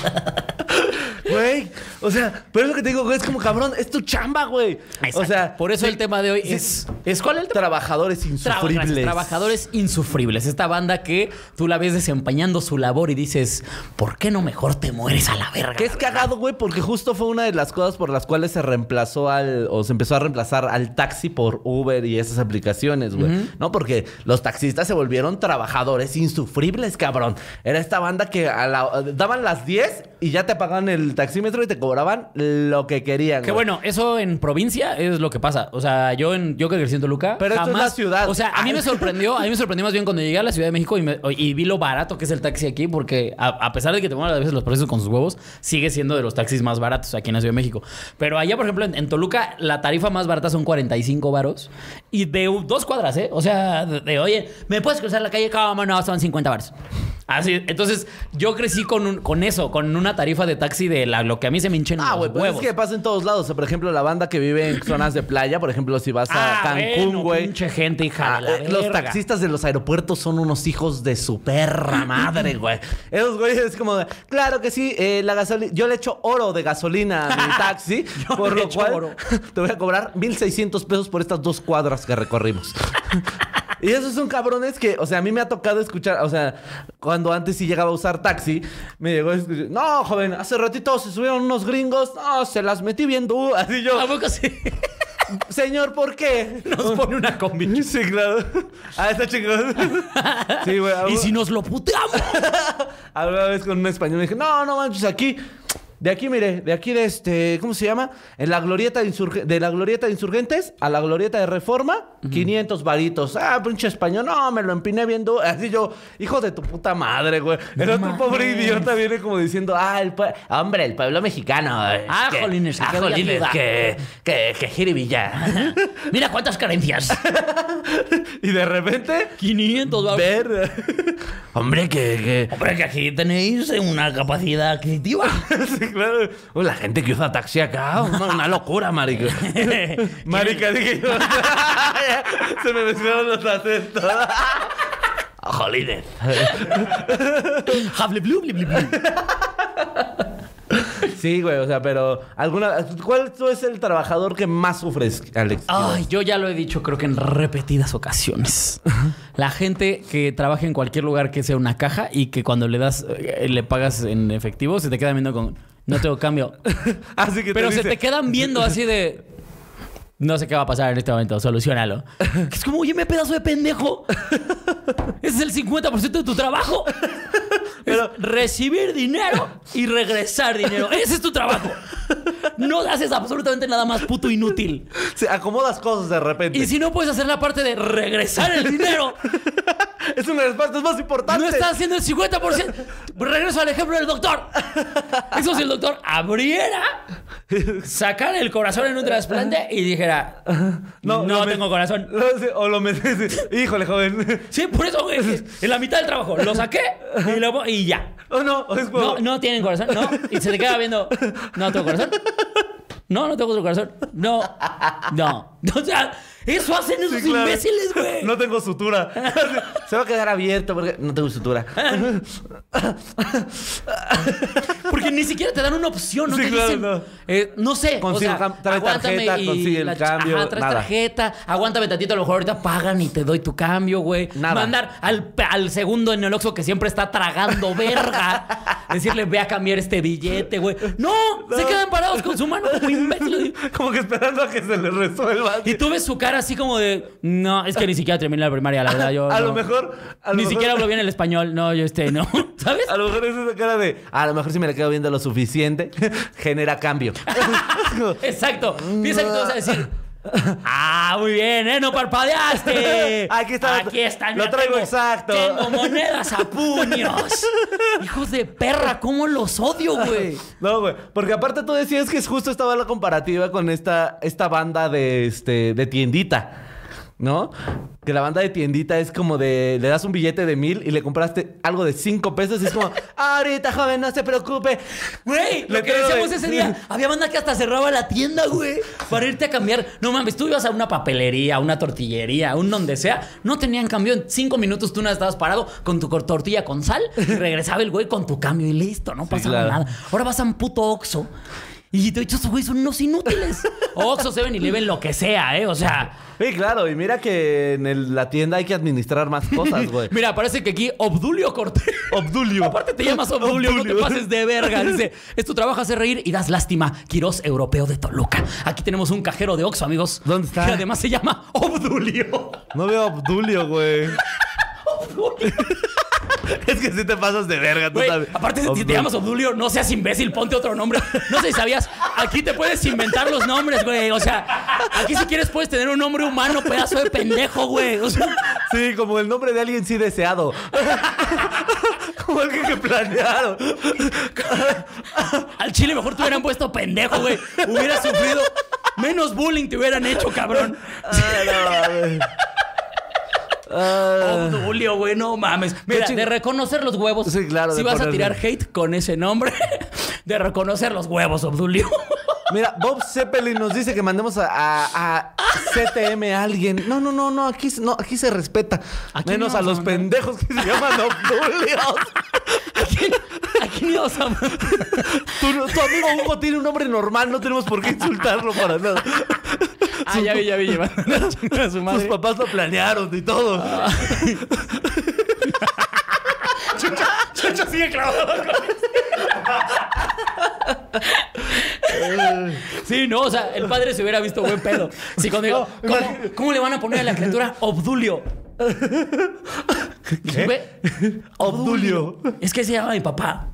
B: Güey, O sea, pero eso que te digo, güey, es como cabrón, es tu chamba, güey. O sea,
A: Por eso el tema de hoy
B: sí,
A: es- ¿es cuál el tema?
B: Trabajadores
A: Tra-
B: insufribles.
A: gracias, trabajadores insufribles. Esta banda que tú la ves desempeñando su labor y dices, ¿por qué no mejor te mueres a la verga?
B: Que es cagado, güey, porque justo fue una de las cosas por las cuales se reemplazó al, o se empezó a reemplazar al taxi por Uber y esas aplicaciones, güey. No, porque los taxistas se volvieron trabajadores insufribles, cabrón. Era esta banda que a la- daban las 10 y ya te pagaban el taxímetro y te cobraban lo que querían.
A: Que
B: güey.
A: bueno, eso en provincia es lo que pasa. O sea, yo en yo que crecí en Toluca,
B: Pero esto es
A: jamás,
B: la ciudad.
A: O sea, a mí me sorprendió, a mí me sorprendió más bien cuando llegué a la Ciudad de México y, me- y vi lo barato que es el taxi aquí, porque a, a pesar de que te muevan a veces los precios con sus huevos, sigue siendo de los taxis más baratos aquí en la Ciudad de México. Pero allá, por ejemplo, en, en Toluca, la tarifa más barata son 45 varos y de u- dos cuadras, ¿eh? O sea, de, de, oye, ¿me puedes cruzar la calle? Cómo no, son 50 varos. Así, entonces yo crecí con, un- con eso, con una tarifa de taxi de la, lo que a mí se me hinchen
B: Ah,
A: los
B: güey, pues
A: huevos.
B: es que pasa en todos lados. O sea, por ejemplo, la banda que vive en zonas de playa, por ejemplo, si vas a
A: Ah,
B: Cancún,
A: bueno,
B: güey.
A: pinche gente, hija
B: Ah,
A: de la
B: eh, los
A: verga.
B: taxistas de los aeropuertos son unos hijos de su perra madre, güey. Esos güeyes es como, de, claro que sí, eh, la gasolina, yo le echo oro de gasolina a mi taxi,
A: Yo
B: por
A: le
B: lo
A: echo
B: cual
A: oro.
B: te voy a cobrar 1600 pesos por estas dos cuadras que recorrimos. Y esos son cabrones que, o sea, a mí me ha tocado escuchar, o sea, cuando antes sí llegaba a usar taxi, me llegó a escuchar, no, joven, hace ratito se subieron unos gringos, no, se las metí bien tú, así yo,
A: ¿A poco sí?
B: señor, ¿por qué?
A: Nos pone una combi.
B: Sí, claro. Ah, está chingón. Sí, güey.
A: ¿Y
B: alguna-
A: si nos lo puteamos?
B: Alguna vez con un español me dije, no, no manches, pues aquí. De aquí, mire, de aquí de este, ¿cómo se llama? En la glorieta de, Insurge- de la glorieta de insurgentes a la glorieta de reforma, 500 varitos. Ah, pinche español, no, me lo empiné viendo. Así yo, hijo de tu puta madre, güey. El
A: No
B: otro pobre
A: mames.
B: idiota viene como diciendo, ah, el pue- hombre, el pueblo mexicano. es
A: Ah,
B: que-
A: jolines, se
B: ah,
A: quedó la
B: jolines,
A: viuda.
B: que, que, que jiribilla.
A: Mira cuántas carencias.
B: y de repente,
A: 500 va-
B: ver. hombre, que- que,
A: Hombre, que aquí tenéis una capacidad adquisitiva.
B: Sí, claro. Uy, la gente que usa taxi acá, una, una locura, marica. marica, dije yo. Se me mezclaron los acentos. Jolines.
A: Hable, blu, blu, blu, blu.
B: Sí, güey, o sea, pero alguna ¿cuál tú es el trabajador que más sufres, Alex?
A: Ay, yo ya lo he dicho, creo que en repetidas ocasiones. La gente que trabaja en cualquier lugar que sea una caja y que cuando le das, eh, le pagas en efectivo, se te queda viendo con, no tengo cambio.
B: Así que
A: Pero se
B: dice,
A: te quedan viendo así de. No sé qué va a pasar en este momento, solucionalo. Es como, oye, me pedazo de pendejo. Ese es el 50% de tu trabajo. Pero recibir dinero y regresar dinero. Ese es tu trabajo. No haces absolutamente nada más puto inútil.
B: se acomodas cosas de repente.
A: Y si no puedes hacer la parte de regresar el dinero,
B: Es una de las partes más importantes.
A: no estás haciendo el 50%. Regreso al ejemplo del doctor. Eso si el doctor abriera, sacara el corazón en un trasplante y dijera, no,
B: No, lo me-
A: tengo corazón.
B: No sé, O lo metes. Híjole, joven.
A: Sí, por eso güey, en la mitad del trabajo lo saqué y, lo po- y ya.
B: O Oh, no, o es como.
A: No, no tienen corazón, no. Y se te queda viendo, no tengo corazón. No, no tengo otro corazón. No, no. O sea, eso hacen esos
B: Sí, claro.
A: imbéciles, güey.
B: No tengo sutura. Se va a quedar abierto porque no tengo sutura.
A: Porque ni siquiera te dan una opción, no
B: Sí,
A: te
B: claro,
A: dicen. eh,
B: no.
A: No, sé.
B: Consigue
A: o sea,
B: cam- trae
A: aguántame
B: tarjeta,
A: y
B: consigue el
A: la ch-
B: cambio,
A: Ajá, traes
B: nada.
A: tarjeta, aguántame tantito, a lo mejor ahorita pagan y te doy tu cambio, güey.
B: Nada.
A: Mandar al, pe- al segundo en el Oxxo que siempre está tragando verga. Decirle, ve a cambiar este billete, güey. No, se quedan parados con su mano como imbéciles.
B: Como que esperando a que se le resuelva.
A: Y tú ves su cara así como de, no, es que ni siquiera terminé la primaria, la verdad. Yo,
B: a
A: no.
B: lo mejor. a lo
A: Ni
B: mejor-
A: siquiera hablo bien el español. No, yo este, no. ¿Sabes?
B: A lo mejor es esa cara de. A lo mejor si me la quedo viendo lo suficiente, genera cambio.
A: Exacto. Piensa que tú vas a decir. Ah, muy bien, ¿eh? No parpadeaste.
B: Aquí está,
A: Aquí está.
B: lo
A: mira,
B: traigo
A: tengo-
B: exacto.
A: Tengo monedas a puños. Hijos de perra, ¿cómo los odio, güey?
B: No, güey. Porque aparte tú decías que es justo estaba la comparativa con esta, esta banda de, este, de tiendita. ¿No? Que la banda de tiendita es como de. Le das un billete de mil y le compraste algo de cinco pesos y es como. Ahorita, joven, no se preocupe.
A: Güey, lo
B: Le
A: que
B: traigo
A: decíamos
B: de-
A: ese día, había banda que hasta cerraba la tienda, güey, para irte a cambiar. No mames, tú ibas a una papelería, a una tortillería, a un donde sea, no tenían cambio. En cinco minutos tú no estabas parado con tu cor- tortilla con sal, y regresaba el güey con tu cambio y listo, no pasaba
B: claro.
A: nada. Ahora vas a un puto oxo. Y de hecho, esos güeyes son unos inútiles. Oxxo, Seven Eleven, lo que sea, ¿eh? O sea,
B: Sí, claro, y mira que en el- la tienda hay que administrar más cosas, güey.
A: mira, parece que aquí Obdulio Cortés.
B: Obdulio.
A: Aparte te llamas Obdulio, no te pases de verga. Dice, es tu trabajo hacer reír y das lástima. Quirós europeo de Toluca. Aquí tenemos un cajero de Oxxo, amigos.
B: ¿Dónde está?
A: Que además se llama Obdulio.
B: No veo Obdulio, güey. es que si te pasas de verga, tú
A: Güey,
B: también.
A: aparte, si te
B: Obdulio.
A: llamas Obdulio, no seas imbécil, ponte otro nombre. No sé si sabías, aquí te puedes inventar los nombres, güey. O sea, aquí si quieres puedes tener un nombre humano, pedazo de pendejo, güey. O sea,
B: Sí, como el nombre de alguien sí deseado. como alguien que planearon.
A: al chile mejor te hubieran puesto pendejo, güey. Hubieras sufrido. Menos bullying te hubieran hecho, cabrón.
B: Ay, no, mames. Ah,
A: Obdulio, Oh, güey, no mames. Mira,
B: ching-
A: de reconocer los huevos.
B: Sí, claro,
A: Si
B: de
A: vas a
B: ponerle-
A: tirar hate con ese nombre, de reconocer los huevos, Obdulio.
B: Mira, Bob Zeppelin nos dice que mandemos a, a- a CTM a alguien. No, no, no, no, aquí, se- no, aquí se respeta.
A: Aquí
B: Menos
A: no
B: a
A: vamos a
B: los
A: mandar.
B: pendejos que se llaman Obdulios.
A: ¿A quién, a quién ibas a mandar?
B: Tu, tu amigo Hugo tiene un nombre normal, no tenemos por qué insultarlo para nada.
A: Ah, ya vi, ya vi, llevando la chingada a su
B: Sus
A: madre.
B: papás lo planearon y todo.
A: Chucho sigue clavado con eso. Sí, no, o sea, el padre se hubiera visto buen pedo. Si cuando digo, ¿cómo, cómo le van a poner a la criatura Obdulio? Ve-
B: Obdulio.
A: Es que se llama mi papá.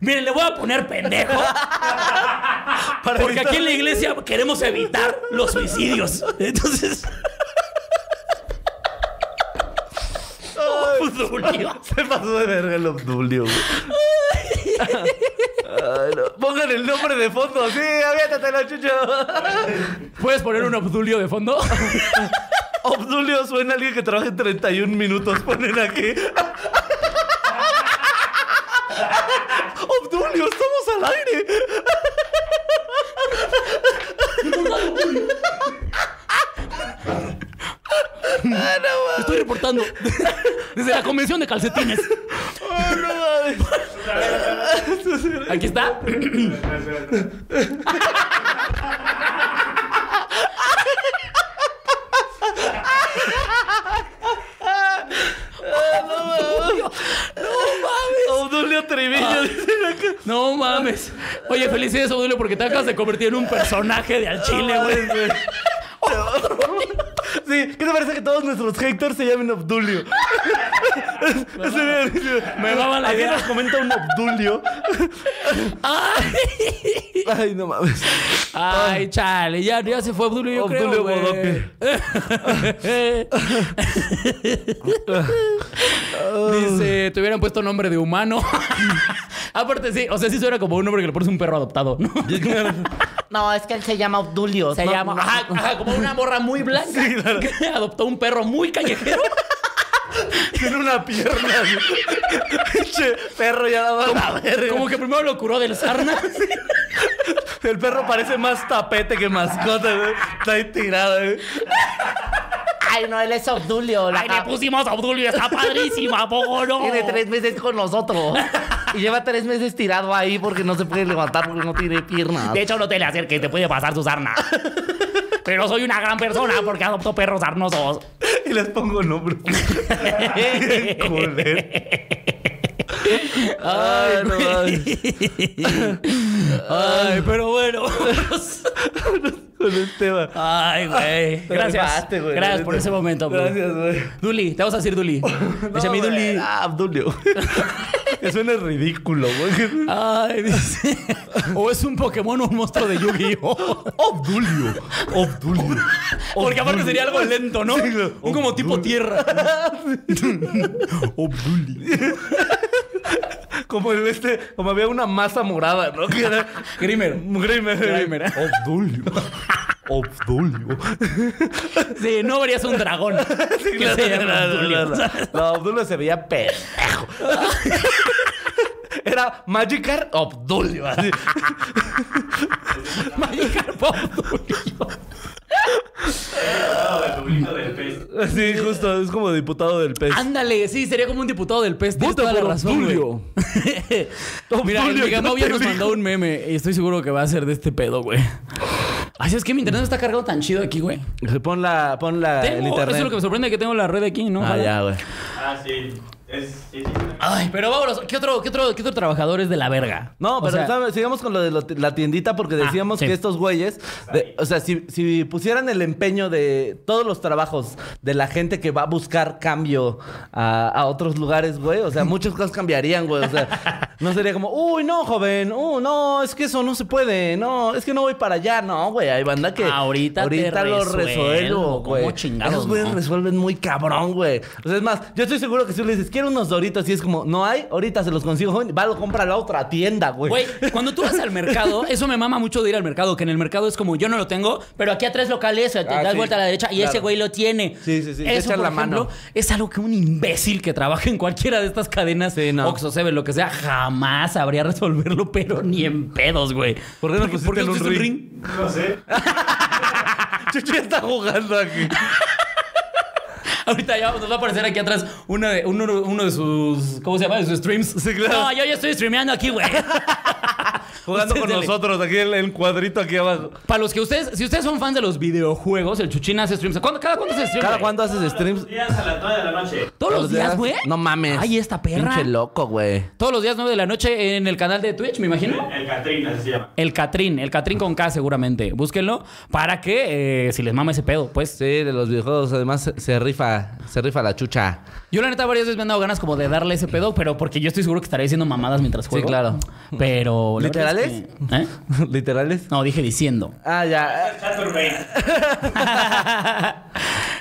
A: Miren, le voy a poner pendejo,
B: Para
A: porque
B: evitar-
A: aquí en la iglesia queremos evitar los suicidios. Entonces. Obdulio.
B: Se pasó de verga el Obdulio. güey. Ay, no. Pongan el nombre de fondo, sí, aviéntatelo, chucho.
A: ¿Puedes poner un Obdulio de fondo?
B: Obdulio suena a alguien que trabaja en 31 minutos, ponen aquí. Obdulio, estamos al aire.
A: Estoy reportando desde la convención de calcetines.
B: Ay, no mames.
A: Aquí está.
B: Obdulio Triviño dicen acá.
A: No mames. Oye, felicidades, Odulio, porque te acabas de convertir en un personaje de al chile, güey.
B: Sí, ¿qué te parece que todos nuestros haters se llamen Obdulio?
A: Me daba la
B: Aquí
A: idea.
B: nos comenta un Obdulio.
A: Ay,
B: Ay, no mames.
A: Ay, chale, ya, ya se fue Obdulio, yo
B: Obdulio
A: creo, güey. Dice, te hubieran puesto nombre de humano. Aparte, sí, o sea, sí suena como un nombre que le pones a un perro adoptado, ¿no?
D: No, es que él se llama Obdulio.
A: Se
D: No,
A: llama.
D: no.
A: Ajá, ajá, como una morra muy blanca que adoptó un perro muy callejero.
B: Tiene una pierna. Che, perro ya daba la verga.
A: como que primero lo curó del sarna.
B: El perro parece más tapete que mascota, güey. Está ahí tirado, güey.
D: Ay, no, él es Obdulio. la
A: Ay, le pusimos a Obdulio, está padrísima, ¿a poco no?
D: Tiene tres meses con nosotros. Y lleva tres meses tirado ahí porque no se puede levantar porque no tiene piernas.
A: De hecho, no te le acerques, te puede pasar su sarna. Pero soy una gran persona porque adopto perros sarnosos.
B: Y les pongo nombres. Culero. Ay, no mames.
A: Ay, pero bueno.
B: Con este el tema.
A: Ay, güey. Gracias.
B: Salvaste, güey.
A: Gracias por ese momento, güey.
B: Gracias, güey.
A: Duli, te vamos a decir Duli. Dice
B: No,
A: mi
B: güey.
A: Duli.
B: Ah, Abdulio. que suena ridículo, güey.
A: Ay, dice. O es un Pokémon o un monstruo de Yu-Gi-Oh!
B: Obdulio. Obdulio.
A: Porque aparte sería algo lento, ¿no?
B: Sí, claro.
A: Un como tipo tierra.
B: Como el este, como había una masa morada, ¿no? Que era
A: Grimer.
B: Grimer.
A: Grimer.
B: Obdulio. Obdulio.
A: Sí, no verías un dragón.
B: Sí,
A: que
B: claro,
A: se llama
B: claro,
A: Obdulio.
B: claro, claro. No, Obdulio se veía pendejo. Era Magikarp Obdulio. así.
A: Magikarp Obdulio.
C: Al lado del tubito del pez.
B: Sí, justo, es como diputado del E pez.
A: Ándale, sí, sería como un diputado del PES. Tienes
B: Vota
A: toda la
B: por
A: razón, güey.
B: Obdulio.
A: Mira, el
B: Obdulio,
A: Meganovia
B: yo no
A: nos
B: te
A: mandó
B: elijo.
A: un meme y estoy seguro que va a ser de este pedo, güey. Así es que mi internet no está cargado tan chido aquí, güey.
B: Pon la, pon la, Ah, el
A: Ah. Tengo- Eso
B: internet.
A: es lo que me sorprende que tengo la red aquí, ¿no?
B: Ah,
A: Ojalá.
B: ya, güey.
C: Ah, sí. Es, sí, sí.
A: Ay, pero vámonos. ¿Qué otro, qué otro, qué otro trabajador es de la verga?
B: No,
A: O
B: pero
A: sea, Ah,
B: ¿sabes? sigamos con lo de lo- la tiendita porque decíamos
A: sí.
B: que estos güeyes, de- o sea, si, si pusieran el empeño de todos los trabajos de la gente que va a buscar cambio a, a otros lugares, güey, o sea, muchas cosas cambiarían, güey, o sea, no sería como, uy, no, joven, uh, no, es que eso no se puede, no, es que no voy para allá, no, güey, hay banda que
A: Ahorita te resuelvo,
B: lo resuelvo,
A: ¿cómo
B: güey.
A: chingados,
B: Esos güeyes
A: no?
B: resuelven muy cabrón, güey. O sea, es más, yo estoy seguro que si le dices, quiero unos doritos y es como, no hay, ahorita se los consigo, joven, va, lo compra a la otra tienda, güey.
A: Güey, cuando tú vas al mercado, eso me mama mucho de ir al mercado, que en el mercado es como yo no lo tengo, pero aquí a tres locales eh, te
B: Ah,
A: das
B: sí,
A: vuelta a la derecha y
B: claro.
A: ese güey lo tiene.
B: Sí, sí, sí, te
A: Eso,
B: echan
A: por
B: la
A: ejemplo,
B: mano.
A: es algo que un imbécil que trabaja en cualquiera de estas cadenas,
B: Sí, no.
A: Oxxo, Seven, lo que sea, jamás sabría resolverlo, pero ni en pedos, güey.
B: ¿Por qué no pusiste el
A: pusiste
B: un ring?
C: No sé.
B: Chuchi está jugando aquí.
A: Ahorita ya nos va a aparecer aquí atrás una de- uno, uno de sus. ¿Cómo se llama? De sus streams.
B: Sí, claro.
A: No, yo ya estoy streameando aquí, güey.
B: Jugando
A: Ustedes
B: con
A: dele.
B: nosotros, aquí el, el cuadrito aquí abajo.
A: Para los que ustedes, si ustedes son fans de los videojuegos, el Chuchín hace streams. ¿Cuándo- ¿Cada cuándo se streama?
B: ¿Cada cuándo haces streams?
C: Los días a las 9 de la noche.
A: ¿Todos los días, güey?
B: No mames.
A: Ay, esta perra.
B: Pinche loco, güey.
A: Todos los días 9 de la noche en el canal de Twitch, me imagino.
C: El Catrina se llama.
A: El Catrín, el Catrín con K seguramente. Búsquenlo para que eh, si les mama ese pedo, pues.
B: Sí, de los videojuegos, además se- se rifa, se rifa la chucha.
A: Yo la neta varias veces me han dado ganas como de darle ese pedo, pero porque yo estoy seguro que estaré diciendo mamadas mientras juego.
B: claro.
A: Pero... la verdad es
B: ¿Literales?
A: que- ¿Eh?
B: ¿Literales?
A: No, dije diciendo.
B: Ah, ya.
C: Chaturbain.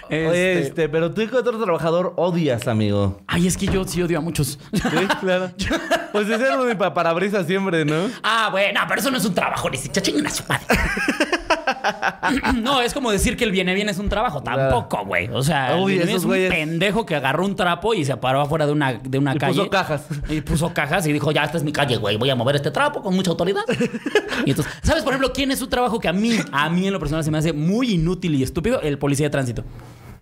B: Oye,
A: Este-
B: este, pero tú y qué otro trabajador odias, amigo.
A: Ay, es que yo sí odio a muchos.
B: Sí, claro. Pues ese era mi parabrisas siempre, ¿no?
A: Ah, bueno, pero eso no es un trabajo, ni siquiera chinguen a su madre. No, es como decir que el viene bien es un trabajo. Tampoco, güey. O sea, el
B: Uy,
A: viene bien
B: esos
A: es un
B: güeyes.
A: pendejo que agarró un trapo y se paró afuera de una, de una
B: Y
A: calle.
B: puso cajas.
A: Y puso cajas y dijo, ya, esta es mi calle, güey. Voy a mover este trapo con mucha autoridad. Y entonces, ¿sabes, por ejemplo, quién es un trabajo que a mí, a mí en lo personal se me hace muy inútil y estúpido? El policía de tránsito.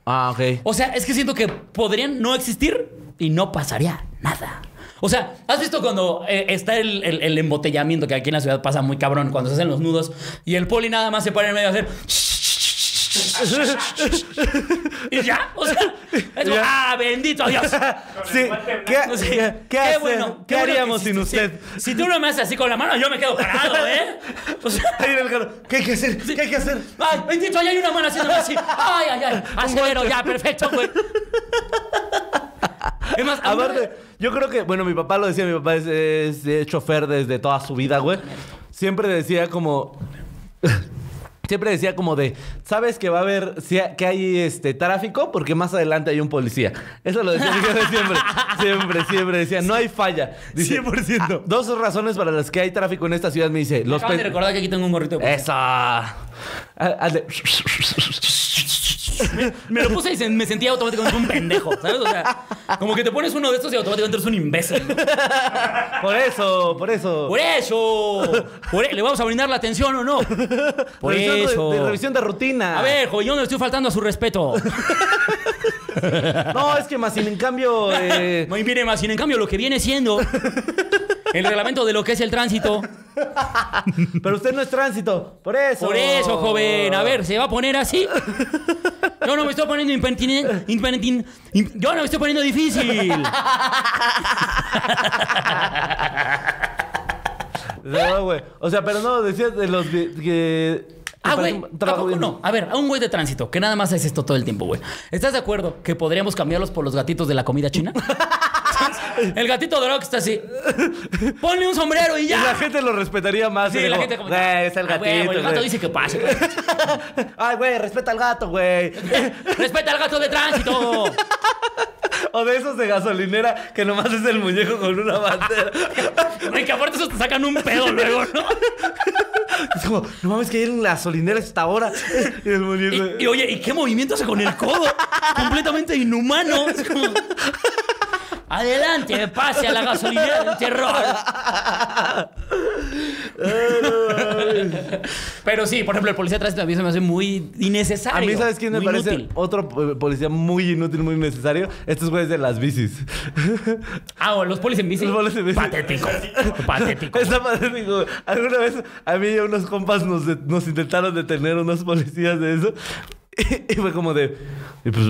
B: Ah, ok.
A: O sea, es que siento que podrían no existir y no pasaría nada. O sea, ¿has visto cuando eh, está el, el- el embotellamiento que aquí en la ciudad pasa muy cabrón cuando se hacen los nudos y el poli nada más se para en medio a hacer... y ya, o sea, es como,
B: Ya.
A: ah, bendito Dios.
B: Sí, ¿qué,
A: No sé,
B: qué, qué hace- qué
A: bueno que
B: haríamos
A: si-
B: sin
A: si-
B: usted?
A: Si, tú no me haces así con la mano, yo me quedo parado, ¿eh? O sea,
B: Ahí en el carro, ¿Qué hay que hacer? ¿Qué hay que hacer?
A: Ay, bendito, ahí hay una mano haciéndome así. Ay, ay, ay. Acelero, ya, perfecto, güey. Es más, a ver,
B: Aparte, yo creo que, bueno, mi papá lo decía, mi papá es, es, eh, chofer desde toda su vida, güey. Siempre decía como... Siempre decía como de, ¿sabes que va a haber, si ha- que hay este tráfico? Porque más adelante hay un policía. Eso lo decía mi jefe siempre, siempre, siempre decía, no hay falla. Dice, 100%. Dos razones para las que hay tráfico en esta ciudad, me dice, los
A: acaban de
B: pe- Eh.
A: recordar que aquí tengo un gorrito. de
B: Esa. Ah, hazle-
A: policía. Me lo puse y se- me sentía automáticamente un pendejo, ¿sabes? O sea, como que te pones uno de estos y automáticamente eres un imbécil.
B: Por eso, por eso.
A: Por eso. Por e- ¿Le vamos a brindar la atención o no? Por
B: Revisión de-
A: eso.
B: De, revisión de rutina.
A: A ver, joven, yo no le estoy faltando a su respeto.
B: No, es que más sin en cambio. eh,
A: No, y mire más, sin en cambio, lo que viene siendo el reglamento de lo que es el tránsito.
B: Pero usted no es tránsito. Por eso.
A: Por eso, joven. A ver, ¿se va a poner así? Yo no me estoy poniendo impertinente. yo no me estoy poniendo difícil.
B: No, güey. O sea, pero no, decías de los de- que.
A: Ah,
B: que
A: güey,
B: parecen
A: ¿a
B: trabajo
A: poco
B: bien.
A: no? A ver, a un güey de tránsito que nada más hace esto todo el tiempo, güey. ¿Estás de acuerdo que podríamos cambiarlos por los gatitos de la comida china? El gatito dorado que está así. Ponle un sombrero y
B: Y la
A: ya.
B: gente lo respetaría más.
A: Sí,
B: y
A: la
B: como,
A: gente como,
B: "Güey, "Eh, es el
A: "Ah,
B: gatito.
A: güey, el gato
B: güey".
A: dice que pase.
B: Ay, güey, respeta al gato, güey.
A: Respeta al gato de tránsito.
B: O de esos de gasolinera que nomás es el muñeco con una bandera.
A: No, y que aparte esos te sacan un pedo luego, ¿no?
B: es como, no mames, que hay en la gasolinera hasta ahora. y el muñeco.
A: Y, y oye, ¿y qué movimiento hace con el codo? Completamente inhumano. Es como, Adelante, pase a la gasolinera del terror.
B: Ay, no mames.
A: Pero sí, por ejemplo, el policía de tránsito a mí se me hace muy innecesario.
B: A mí, ¿sabes quién me
A: muy
B: parece
A: inútil.
B: otro eh, policía muy inútil, muy innecesario? Estos güeyes de las bicis.
A: Ah, o los polis en bici.
B: Los polis en bici.
A: Patético. Patético.
B: Está patético. Alguna vez a mí y a unos compas nos, de- nos intentaron detener unos policías de eso. Y, fue como de. y pues,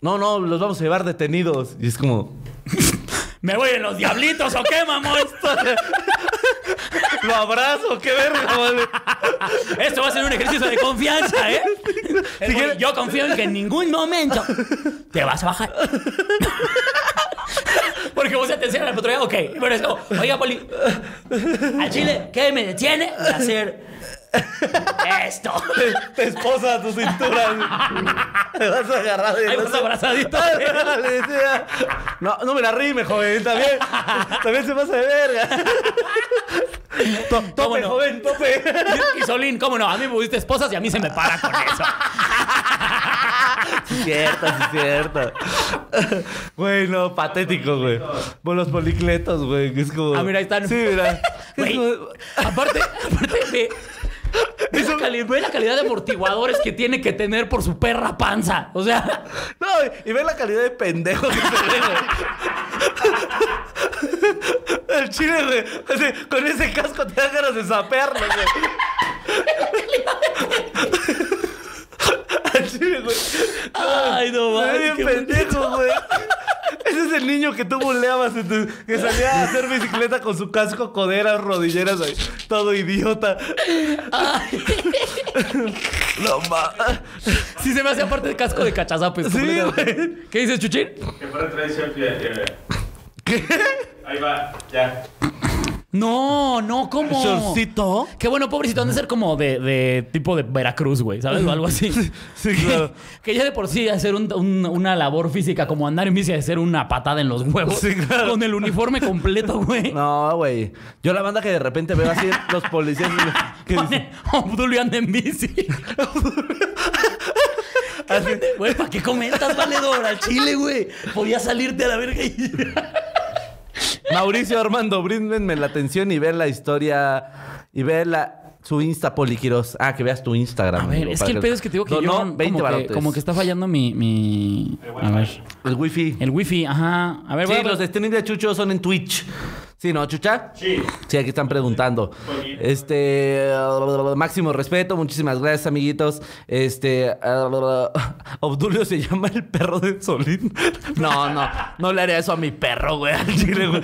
B: no, no, los vamos a llevar detenidos. Y es como.
A: ¿Me voy en los diablitos o qué, mamón?
B: Lo abrazo, qué verga, vale.
A: Esto va a ser un ejercicio de confianza, ¿eh? El
B: Si
A: poli-
B: quieres-
A: Yo confío en que en ningún momento te vas a bajar. Porque vos atención a la patrulla, ok. Pero eso, oiga, Poli, al chile, ¿qué me detiene de hacer esto?
B: Te, te esposa a tu cintura. Te vas a agarrar de
A: Ahí vas abrazadito. ¿eh?
B: Ándale, sí, ah. No, no me la rime, joven. También, también se pasa de verga. To- tope,
A: ¿Cómo no?
B: joven, tope.
A: Y Solín, ¿cómo no? A mí me pusiste esposas y a mí se me para con eso.
B: Sí, cierto, sí, cierto. Güey, no, patético, güey. Con los policletos, güey. que Es como.
A: Ah, mira, ahí están.
B: Sí, mira. Es
A: Güey,
B: como-
A: aparte, aparte ve- ve la, cali- ve la calidad de amortiguadores que tiene que tener por su perra panza. O sea,
B: No, y- y ve la calidad de pendejo que se ve, güey. El chile, güey. así, con ese casco te dan ganas de sapearlo, güey. El chile, güey.
A: ay, no
B: Se ve
A: mames.
B: bien
A: qué
B: pendejo, güey. Ese es el niño que tú buleabas, en tu- que salía a hacer bicicleta con su casco, coderas, rodilleras, güey. Todo idiota. No mames.
A: Sí se me hace aparte el casco de cachazapes.
B: Sí,
A: completamente.
B: güey.
A: ¿Qué dices, Chuchín?
C: Que fuera tradición, fíjate. güey. Ahí va, ya.
A: No, no, ¿cómo?
B: Shortcito.
A: Qué bueno, pobrecito, han de ser como de, de tipo de Veracruz, güey, ¿sabes? O algo así.
B: Sí, claro.
A: Que ya de por sí hacer un- un- una labor física como andar en bici, hacer una patada en los huevos.
B: Sí, claro.
A: Con el uniforme completo, güey.
B: No, güey. Yo la banda que de repente veo así los policías que dicen,
A: Pone, Obdulio anda en bici.
B: así,
A: Güey, ¿para qué comentas, valedor? Al chile, güey. Podía salirte a la verga y...
B: Mauricio Armando, bríndenme la atención y ver la historia y ver la su Insta Poliquiros. Ah, que veas tu Instagram.
A: A ver,
B: amigo,
A: es
B: para
A: que el pedo es que te digo que
B: No,
A: yo
B: no,
A: como
B: 20
A: que-
B: barotes.
A: como que está fallando mi... mi... A ver.
B: el wifi.
A: El wifi, ajá. A ver,
B: Sí,
A: voy a-
B: los streams de Chucho son en Twitch. Sí, ¿no, Chucha?
C: Sí.
B: Sí, aquí están preguntando. Este, máximo respeto, muchísimas gracias, amiguitos. Este, Obdulio se llama el perro de Solín. No, no, no le haría eso a mi perro, güey. Al chile, güey.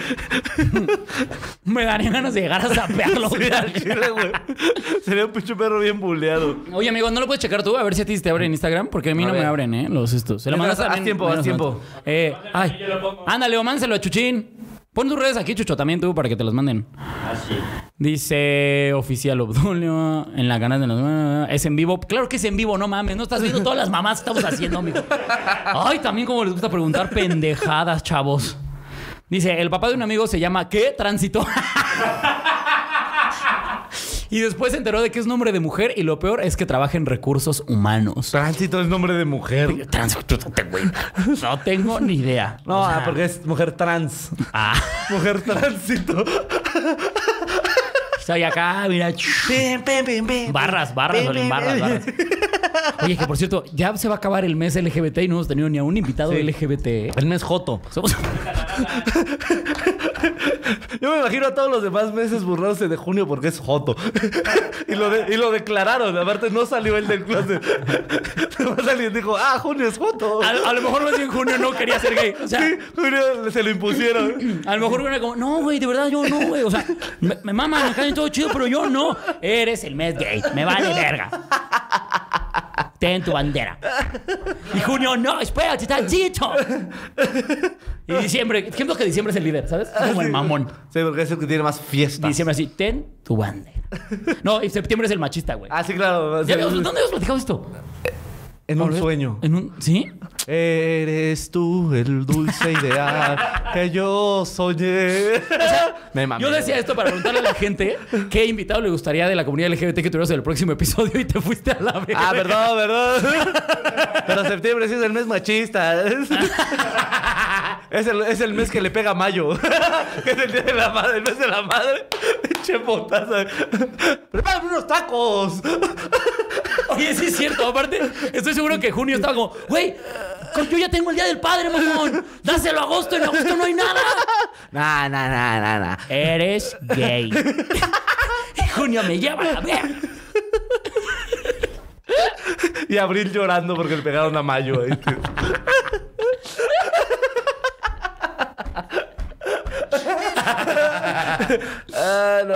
A: Me darían ganas de llegar a sapearlo.
B: Sí, al chile, güey. Sería un pinche perro bien buleado.
A: Oye, amigo, ¿no lo puedes checar tú? A ver si a ti te abren Instagram, porque a mí
B: A
A: no
B: ver.
A: me abren, ¿eh? Los estos. Se lo
B: Mientras,
A: mandas a
B: haz tiempo, haz tiempo.
A: Eh,
C: Mándalo,
A: ay.
C: yo lo pongo.
A: Ándale, o mánselo a Chuchín. Pon tus redes aquí, Chucho, también tú, para que te los manden.
C: Así.
A: Dice oficial Obdulio en la ganas de los... Es en vivo. Claro que es en vivo, no mames. No estás viendo todas las mamás que estamos haciendo, amigo. Ay, también como les gusta preguntar pendejadas, chavos. Dice, el papá de un amigo se llama ¿Qué? Tránsito. y después se enteró de que es nombre de mujer y lo peor es que trabaja en recursos humanos.
B: Tránsito es nombre de mujer.
A: Tránsito, güey. No tengo ni idea.
B: No,
A: O sea,
B: ah, porque es mujer trans.
A: Ah,
B: Mujer tránsito.
A: soy acá, mira.
B: Pim, pim, pim, pim.
A: Barras, barras,
B: Pim,
A: Solín,
B: pim,
A: barras,
B: pim.
A: barras. Oye, que por cierto, ya se va a acabar el mes LGBT y no hemos tenido ni a un invitado
B: Sí.
A: LGBT. ¿eh?
B: El mes Joto.
A: Somos...
B: Yo me imagino a todos los demás meses burlándose de junio porque es Joto. y, lo de- y lo declararon. Aparte, no salió el del closet. Nomás alguien dijo, ah, junio es Joto.
A: A, a lo mejor más bien Junio no quería ser gay. O sea,
B: Sí, junio se lo impusieron.
A: a lo mejor era como, no, güey, de verdad yo no, güey. O sea, me, me maman, me caen todo chido, pero yo no. Eres el mes gay, me vale verga. Ten tu bandera. Y Junio, no, espérate, está dicho. Y diciembre, ejemplo que diciembre es el líder, ¿sabes? Es como el mamón.
B: Sí, porque es el que tiene más fiestas.
A: Diciembre así, ten tu bandera. No, y septiembre es el machista, güey.
B: Ah, sí, claro.
A: Ya habíamos- ¿Dónde habíamos platicado esto?
B: En un
A: Ahora,
B: sueño.
A: ¿En un, ¿Sí?
B: Eres tú el dulce ideal que yo soñé. me mamé.
A: Yo decía esto para preguntarle a la gente qué invitado le gustaría de la comunidad LGBT que tuvieras en el próximo episodio y te fuiste a la verga.
B: Ah, perdón, perdón. Pero septiembre sí es el mes machista.
D: Es el, es el mes que le pega a mayo. que es el día de la madre, el mes de la madre. Che potaza. Prepárame unos tacos.
A: Oye, sí es cierto. Aparte, estoy seguro que junio estaba como, güey, co- yo ya tengo el día del padre, mamón. Dáselo a agosto, en agosto no hay nada.
B: Nah, nah, nah, nah, nah.
A: Eres gay. Y junio me lleva a la verga.
D: Y abril llorando porque le pegaron a mayo. ahí, tío. ah, no.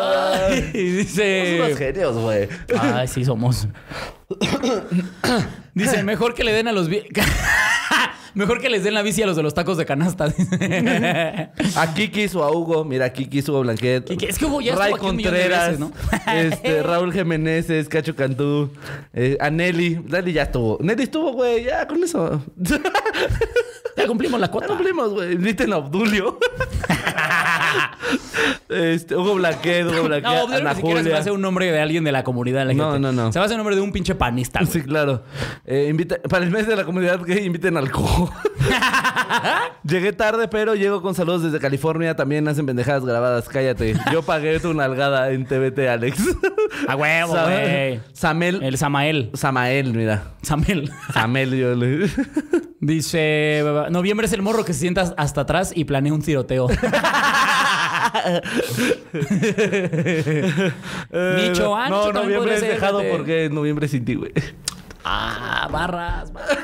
A: Y
D: Son unos
A: dice.
D: genios, güey.
A: Ay, sí, somos. Dice, mejor que le den a los. vi- mejor que les den la bici a los de los tacos de canasta. dice.
B: A Kiki, su a Hugo. Mira, a Kiki, su a Blanquet.
A: Kiki, es que Hugo ya
B: Ray
A: estuvo aquí un millón de
B: Contreras.
A: veces, ¿no?
B: este, Raúl Jiménez, Cacho Cantú. eh, a Nelly. Nelly ya estuvo. Nelly estuvo, güey. Ya con eso.
A: ya cumplimos la cuota.
B: Cumplimos, güey. Inviten a Obdulio. este, Hugo Blanquet, Hugo Blanquet.
A: No, obvio,
B: Ana
A: ni siquiera se me
B: Julia.
A: hace un nombre de alguien de la comunidad. LGBT.
B: No, no, no.
A: Se va a hacer un nombre de un pinche panista. güey.
B: Ah, Sí, claro. Eh, invita- para el mes de la comunidad gay, inviten al cojo. Llegué tarde, pero llego con saludos desde California. También hacen pendejadas grabadas. Cállate. Yo pagué tu nalgada en TBT, Alex.
A: A huevo,
B: Sa-
A: güey.
B: Samel.
A: El Samael.
B: Samael, mira.
A: Samel.
B: Samel, yo le...
A: Dice, noviembre es el morro que se sientas hasta atrás y planea un tiroteo. Nicho, ah, Nicho
B: Eh, No,
A: también
B: noviembre
A: podría
B: es
A: ser,
B: dejado
A: fíjate.
B: porque es noviembre sin ti, güey.
A: Ah, barras, barras.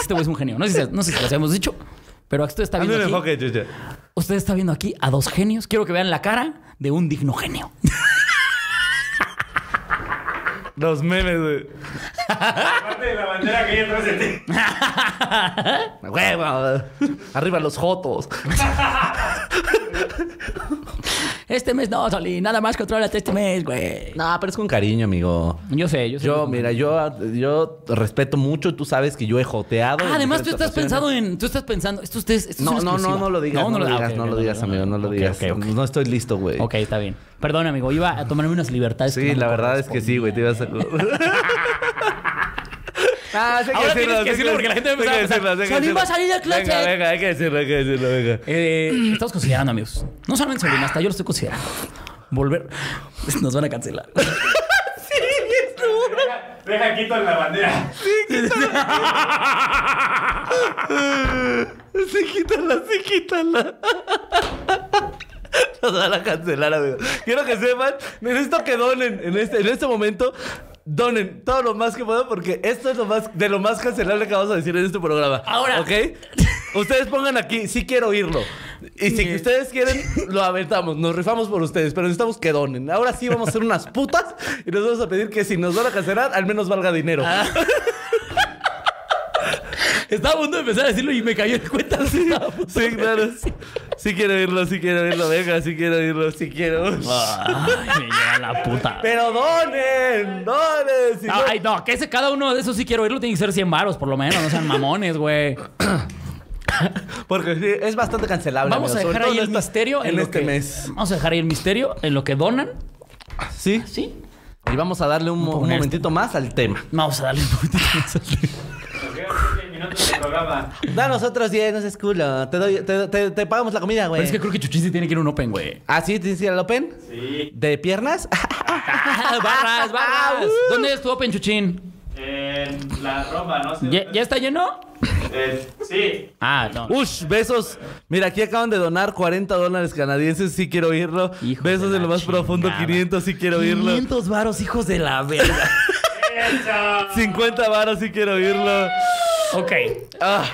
A: Este güey es un genio. No sé, si- no sé si lo habíamos dicho, pero usted está
B: Hazme el
A: viendo aquí.
B: enfoque, chucha.
A: Usted está viendo aquí a dos genios. Quiero que vean la cara de un digno genio.
B: Los memes, güey.
C: Aparte de la bandera que hay atrás de ti.
B: A huevo.
D: Arriba los jotos.
A: Este mes no, Soli. Nada más contrólate este mes, güey.
B: No, pero es con cariño, amigo.
A: Yo sé, yo sé.
B: Yo, mira, yo, yo respeto mucho. Tú sabes que yo he joteado.
A: Ah,
B: en
A: además tú
B: diferentes
A: estás pensando en... Tú estás pensando... Esto ustedes... esto es
B: No,
A: una
B: no, no,
A: exclusiva.
B: no lo digas. No, lo
A: ah,
B: digas,
A: ok,
B: no
A: ok,
B: lo
A: ok,
B: digas,
A: ok,
B: amigo. No lo
A: ok,
B: digas.
A: ok, ok.
B: No estoy listo, güey.
A: Ok, está bien. Perdón, amigo. Iba a tomarme unas libertades.
B: Sí, la verdad es que sí, güey. Te ibas a. Ah, sí hay
A: Ahora tienes que decirlo porque la gente va a empezar a
B: Hay que
A: pensar,
B: decirlo, hay que
A: "Salimos a
B: decirlo".
A: salir del closet.
B: Venga, venga, hay que decirlo, hay que decirlo, venga.
A: estamos Eh, considerando, amigos. No solamente Solín, hasta yo lo estoy considerando. Volver... Nos van a cancelar.
C: Deja, deja quito la bandera.
B: Sí, quítala, sí, quítala. Nos van a cancelar, amigo. Quiero que sepan, necesito que donen en este, en este momento. Donen todo lo más que puedan porque esto es lo más de lo más cancelable que vamos a decir en este programa.
A: Ahora.
B: ¿Ok? Ustedes pongan aquí, sí quiero oírlo. Y si ustedes quieren, lo aventamos, nos rifamos por ustedes, pero necesitamos que donen. Ahora sí vamos a ser unas putas y nos vamos a pedir que si nos van a cancelar, al menos valga dinero.
A: Estaba a punto de empezar a decirlo y me cayó en cuenta. Estaba a punto
B: Sí,
A: de-
B: claro. Sí quiero oírlo, sí quiero oírlo. Venga, sí quiero oírlo, sí quiero.
A: Ay, me lleva la puta.
B: Pero donen, donen. si
A: No,
B: no-
A: ay, no, que ese cada uno de esos sí quiero oírlo tiene que ser 100 varos, por lo menos, no sean mamones, güey.
B: Porque sí, es bastante cancelable.
A: Vamos a
B: amigos,
A: dejar
B: sobre
A: ahí
B: todo
A: el
B: esta-
A: misterio
B: en
A: lo
B: este
A: que-
B: mes.
A: Vamos a dejar ahí el misterio en lo que donan,
B: Sí.
A: ¿sí?
B: Y vamos a darle un, mo- un
A: poner
B: momentito más al tema.
A: Vamos a darle un poquitito más al tema.
C: Nos quedan 7 minutos de programa.
B: Danos otros 10, no seas culo. Te, doy, te, te- te pagamos la comida, güey.
A: Pero es que creo que Chuchín sí tiene que ir a un open, güey.
B: ¿Ah, sí? ¿Tienes que ir al Open?
C: Sí.
B: ¿De piernas?
A: barras, barras.
B: Uh.
A: ¿Dónde es tu open, Chuchín?
C: En la Roma, no sé.
A: ¿Ya, ya está lleno?
C: Eh, sí.
A: Ah, no.
B: Ush, besos. Mira, aquí acaban de donar 40 dólares canadienses. Sí quiero oírlo.
A: Hijo de
B: besos de,
A: la
B: lo más profundo,
A: chingada.
B: 500. Sí quiero oírlo.
A: 500 varos, hijos de la verga.
C: Eso.
B: 50 varos, sí quiero oírlo.
A: ok.
B: Ah,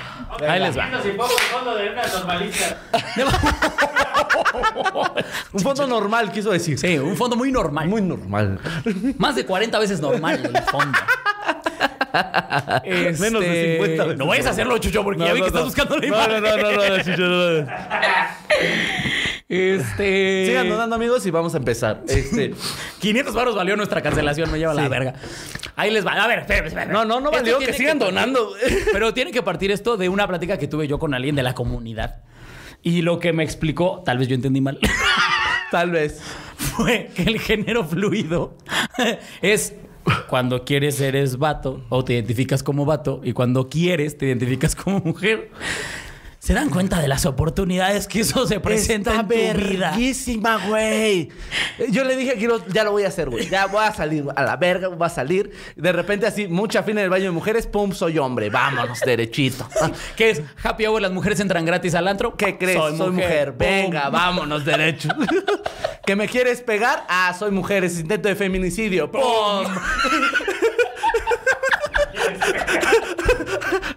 A: Ahí les va.
C: Viendo si pongo el fondo de una normalista.
B: un fondo normal, quiso decir.
A: Sí, un fondo muy normal.
B: Muy normal.
A: Más de 40 veces normal el fondo.
B: Menos de 50 veces.
A: No vayas Este, a hacerlo, Chucho, porque ya vi que estás buscando la
B: no,
A: imagen.
B: No, no, no, no, Chucho, no, no.
A: Este.
B: Sigan donando, amigos, y vamos a empezar. Este,
A: 500 baros valió nuestra cancelación, me lleva la verga. Ahí les va. A ver, espera, espera, espera.
B: No, no, no valió,
A: tiene
B: que sigan
A: partir-
B: donando, güey.
A: Pero tiene que partir esto de una plática que tuve yo con alguien de la comunidad. Y lo que me explicó, tal vez yo entendí mal,
B: tal vez.
A: fue que el género fluido es cuando quieres eres vato o te identificas como vato y cuando quieres te identificas como mujer. ¿Se dan cuenta de las oportunidades que eso se presenta
B: Está
A: en tu vida?
B: verguísima, güey. Yo le dije que lo- ya lo voy a hacer, güey. Ya voy a salir a la verga, voy a salir. De repente así, mucha fina en el baño de mujeres, pum, soy hombre. Vámonos, derechito.
A: ¿Qué es? Happy Hour, las mujeres entran gratis al antro.
B: ¿Qué crees? Soy, mujer.
A: Pum.
B: Venga, vámonos, derecho. ¿Que me quieres pegar? Ah, soy mujer. Es intento de feminicidio. ¡Pum!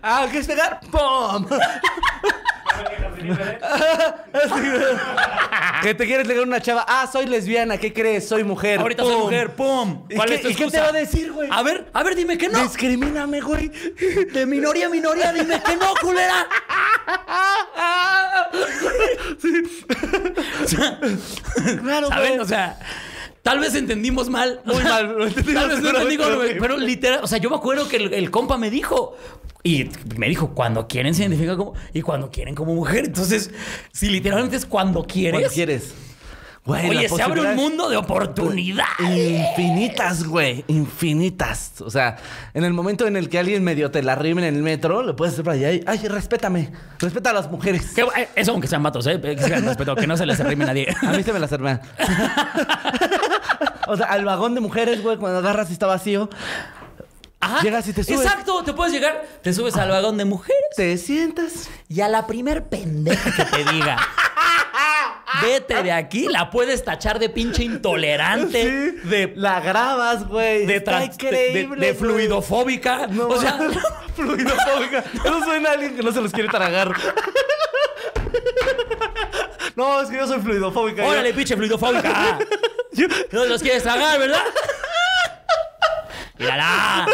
B: ah, ¿quieres pegar? ¡Pum!
C: ¿eh?
A: Ah.
B: ¿Que te quieres legar una chava? Ah, soy lesbiana. ¿Qué crees? Soy mujer.
A: Ahorita soy
B: ¡Pum!
A: mujer, pum.
B: ¿Y
A: ¿Cuál
B: qué-
A: es tu
B: y qué te
A: excusa?
B: va a decir, güey?
A: A ver, a ver, dime que no.
B: Discrimíname, güey.
A: De minoría a minoría, dime que no, culera.
B: Claro,
A: ¿Saben?
B: güey.
A: O sea, tal vez entendimos mal.
B: Muy mal, lo entendimos,
A: tal vez no
B: pero-
A: entendí
B: pero-
A: pero, pero literal, o sea, yo me acuerdo que el, el compa me dijo. Y me dijo, cuando quieren se identifica como... Y cuando quieren como mujer. Entonces, si literalmente es cuando quieres...
B: ¿Cuál quieres? Güey,
A: Oye,
B: las
A: se abre un
B: posibilidades-
A: mundo de oportunidades.
B: Infinitas, güey. Infinitas. O sea, en el momento en el que alguien medio te la rime en el metro, le puedes hacer para allá. y, Ay, respétame. Respeta a las mujeres.
A: Que, eh, eso aunque sean matos, ¿eh? Que sean respeto, que no se les arrime nadie.
B: A mí se me las arma. o sea, al vagón de mujeres, güey, cuando agarras y está vacío,
A: Ajá.
B: Llegas y te subes.
A: Exacto, te puedes llegar, te subes al vagón de mujeres
B: te sientas.
A: y a la primer pendeja que te diga. Vete de aquí, la puedes tachar de pinche intolerante,
B: Sí,
A: de,
B: La grabas, güey.
A: de,
B: Está
A: trans- de- de-
B: increíble,
A: de
B: güey.
A: fluidofóbica.
B: No,
A: o sea,
B: fluidofóbica. Eso suena a alguien que no se los quiere tragar. No, es que yo soy fluidofóbica. yo-
A: órale, pinche fluidofóbica. No los quieres tragar, ¿verdad? Mírala.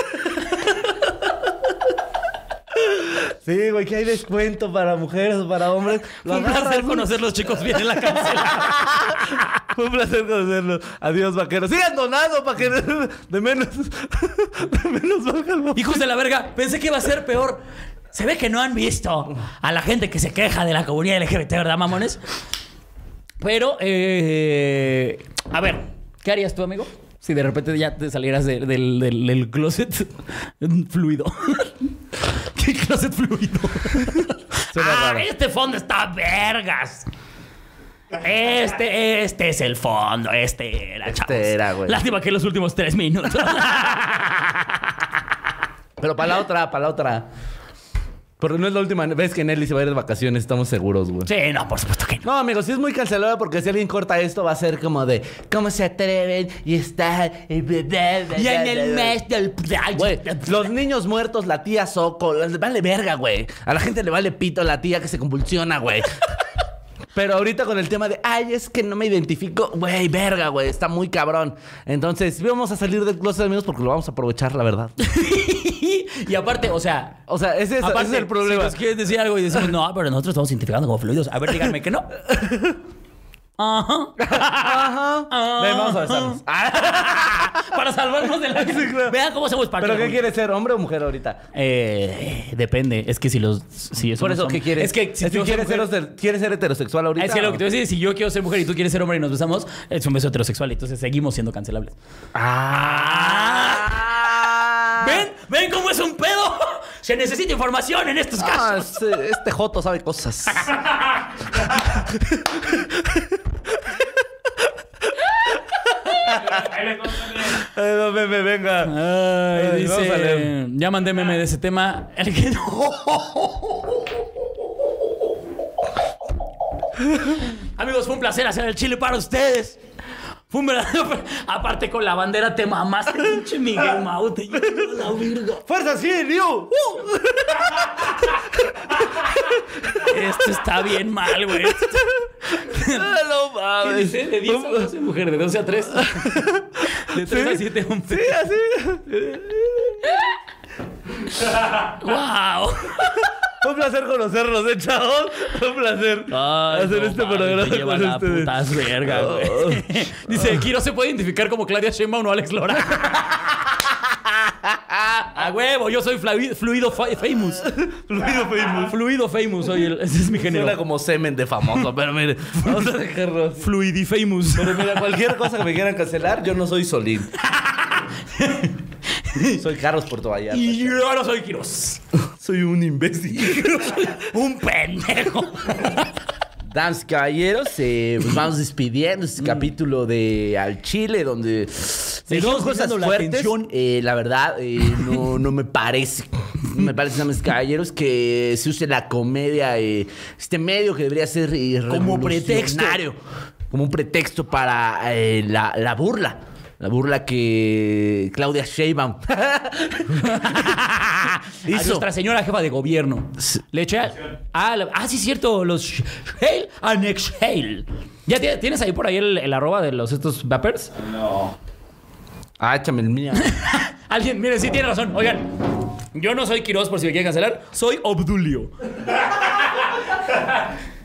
B: Sí, güey, que hay descuento para mujeres o para hombres. Lo
A: Un
B: agarras,
A: placer
B: güey.
A: conocerlos, chicos, bien en la cárcel.
B: Fue un placer conocerlo. Adiós, vaqueros. Sigan donando para que de menos, de menos valga el bo-
A: Hijos de la verga, pensé que iba a ser peor. Se ve que no han visto a la gente que se queja de la comunidad LGBT, ¿verdad, mamones? Pero, eh, a ver, ¿qué harías tú, amigo? Si de repente ya te salieras de- del, del- del closet fluido. ¿Qué closet fluido?
B: Suena
A: ah,
B: raro.
A: este fondo está vergas. Este, este es el fondo. Este era, chavos.
B: era, güey.
A: Lástima que los últimos tres minutos.
B: Pero para la otra, para la otra. Pero no es la última vez que Nelly se va a ir de vacaciones, estamos seguros, güey.
A: sí, no, por supuesto que no.
B: No, amigos, sí es muy cancelada porque si alguien corta esto va a ser como de cómo se atreven y está y bla, bla, bla,
A: Y en
B: bla,
A: el
B: bla".
A: mes del...
B: Güey, los niños muertos, la tía Soco, les vale verga, güey. A la gente le vale pito la tía que se convulsiona, güey. Pero ahorita con el tema de, ay, es que no me identifico, güey, verga, güey, está muy cabrón. Entonces, vamos a salir del closet, amigos, porque lo vamos a aprovechar, la verdad.
A: y aparte, o sea...
B: O sea, ese es, ese
A: aparte, pues,
B: es el problema.
A: Si nos quieren decir algo y decimos, no, pero nosotros estamos identificando como fluidos. A ver, díganme que no. Ajá.
B: Ajá. Ven, vamos a besarnos.
A: Para salvarnos de la... Vean cómo somos
B: ¿Pero
A: partidos.
B: qué quieres ser, hombre o mujer ahorita?
A: Eh, depende. Es que si los... Si
B: Por eso,
A: somos-
B: ¿qué quieres?
A: Es que si
B: Es
A: tú
B: quieres, ser, hose- quieres ser heterosexual ahorita.
A: Es que lo que te
B: o?
A: voy a decir, si yo quiero ser mujer y tú quieres ser hombre y nos besamos, es un beso heterosexual. Entonces seguimos siendo cancelables.
B: Ah.
A: ¿Ven? ¿Ven cómo es un pedo? Se necesita información en estos casos.
B: Ah, este, este Joto sabe cosas.
C: Ahí les vamos también.
B: no, meme, venga.
A: Ay,
B: Ay, vamos a
A: dice.
B: leer.
A: Ya mandé meme de ese tema. El que no. Amigos, fue un placer hacer el chile para ustedes. Fue un verdadero. Aparte, con la bandera te mamaste, pinche Miguel Maute. Yo no la virgo.
B: ¡Fuerza, sí, Liu!
A: Esto está bien mal, güey.
B: Ah, ¡No
A: ¿Qué
B: mames!
A: dice? De 10 a 12, mujer. De 12 a 3. De 3 a 7, hombre.
B: Sí, así.
A: ¡Wow!
B: Fue un placer conocerlos, eh, chavos. Fue un placer hacer este programa
A: Te lleva
B: con
A: la
B: ustedes.
A: putas verga, güey. Dice, Kiro se puede identificar como Claudia Sheinbaum o Alex Lora. A huevo, yo soy flavi- fluido fa- famous.
B: Fluido Facebook.
A: Fluido famous, soy el- ese es mi
B: Suena
A: género.
B: como semen de famoso, pero mire, vamos a dejarlo. así.
A: Fluidi famous.
B: Pero mira, cualquier cosa que me quieran cancelar, yo no soy Solín. Soy Carlos Puerto Vallarta.
A: Y yo ahora soy Kiros.
D: Soy un imbécil.
A: Un pendejo.
D: Damas y caballeros, eh, pues vamos despidiendo este capítulo de Al Chile, donde
A: vamos
D: seguimos cosas
A: dejando la
D: fuertes.
A: atención.
D: Eh, la verdad, eh, no, no me parece. No me parece, damas y caballeros, que se use la comedia, eh, este medio que debería ser eh,
A: Como pretexto.
D: revolucionario, Como un pretexto para eh, la, la burla. La burla que Claudia Sheinbaum
A: A
D: hizo.
A: nuestra señora jefa de gobierno. Le eché a- ah, la- ah, sí, cierto. Los sh- Hale and Exhale. ¿Ya tie- tienes ahí por ahí el, el arroba de los estos vapers?
C: No.
D: Ah, échame el mío.
A: Alguien, mire, sí tiene razón. Oigan, yo no soy Quiroz por si me quieren cancelar. Soy Obdulio.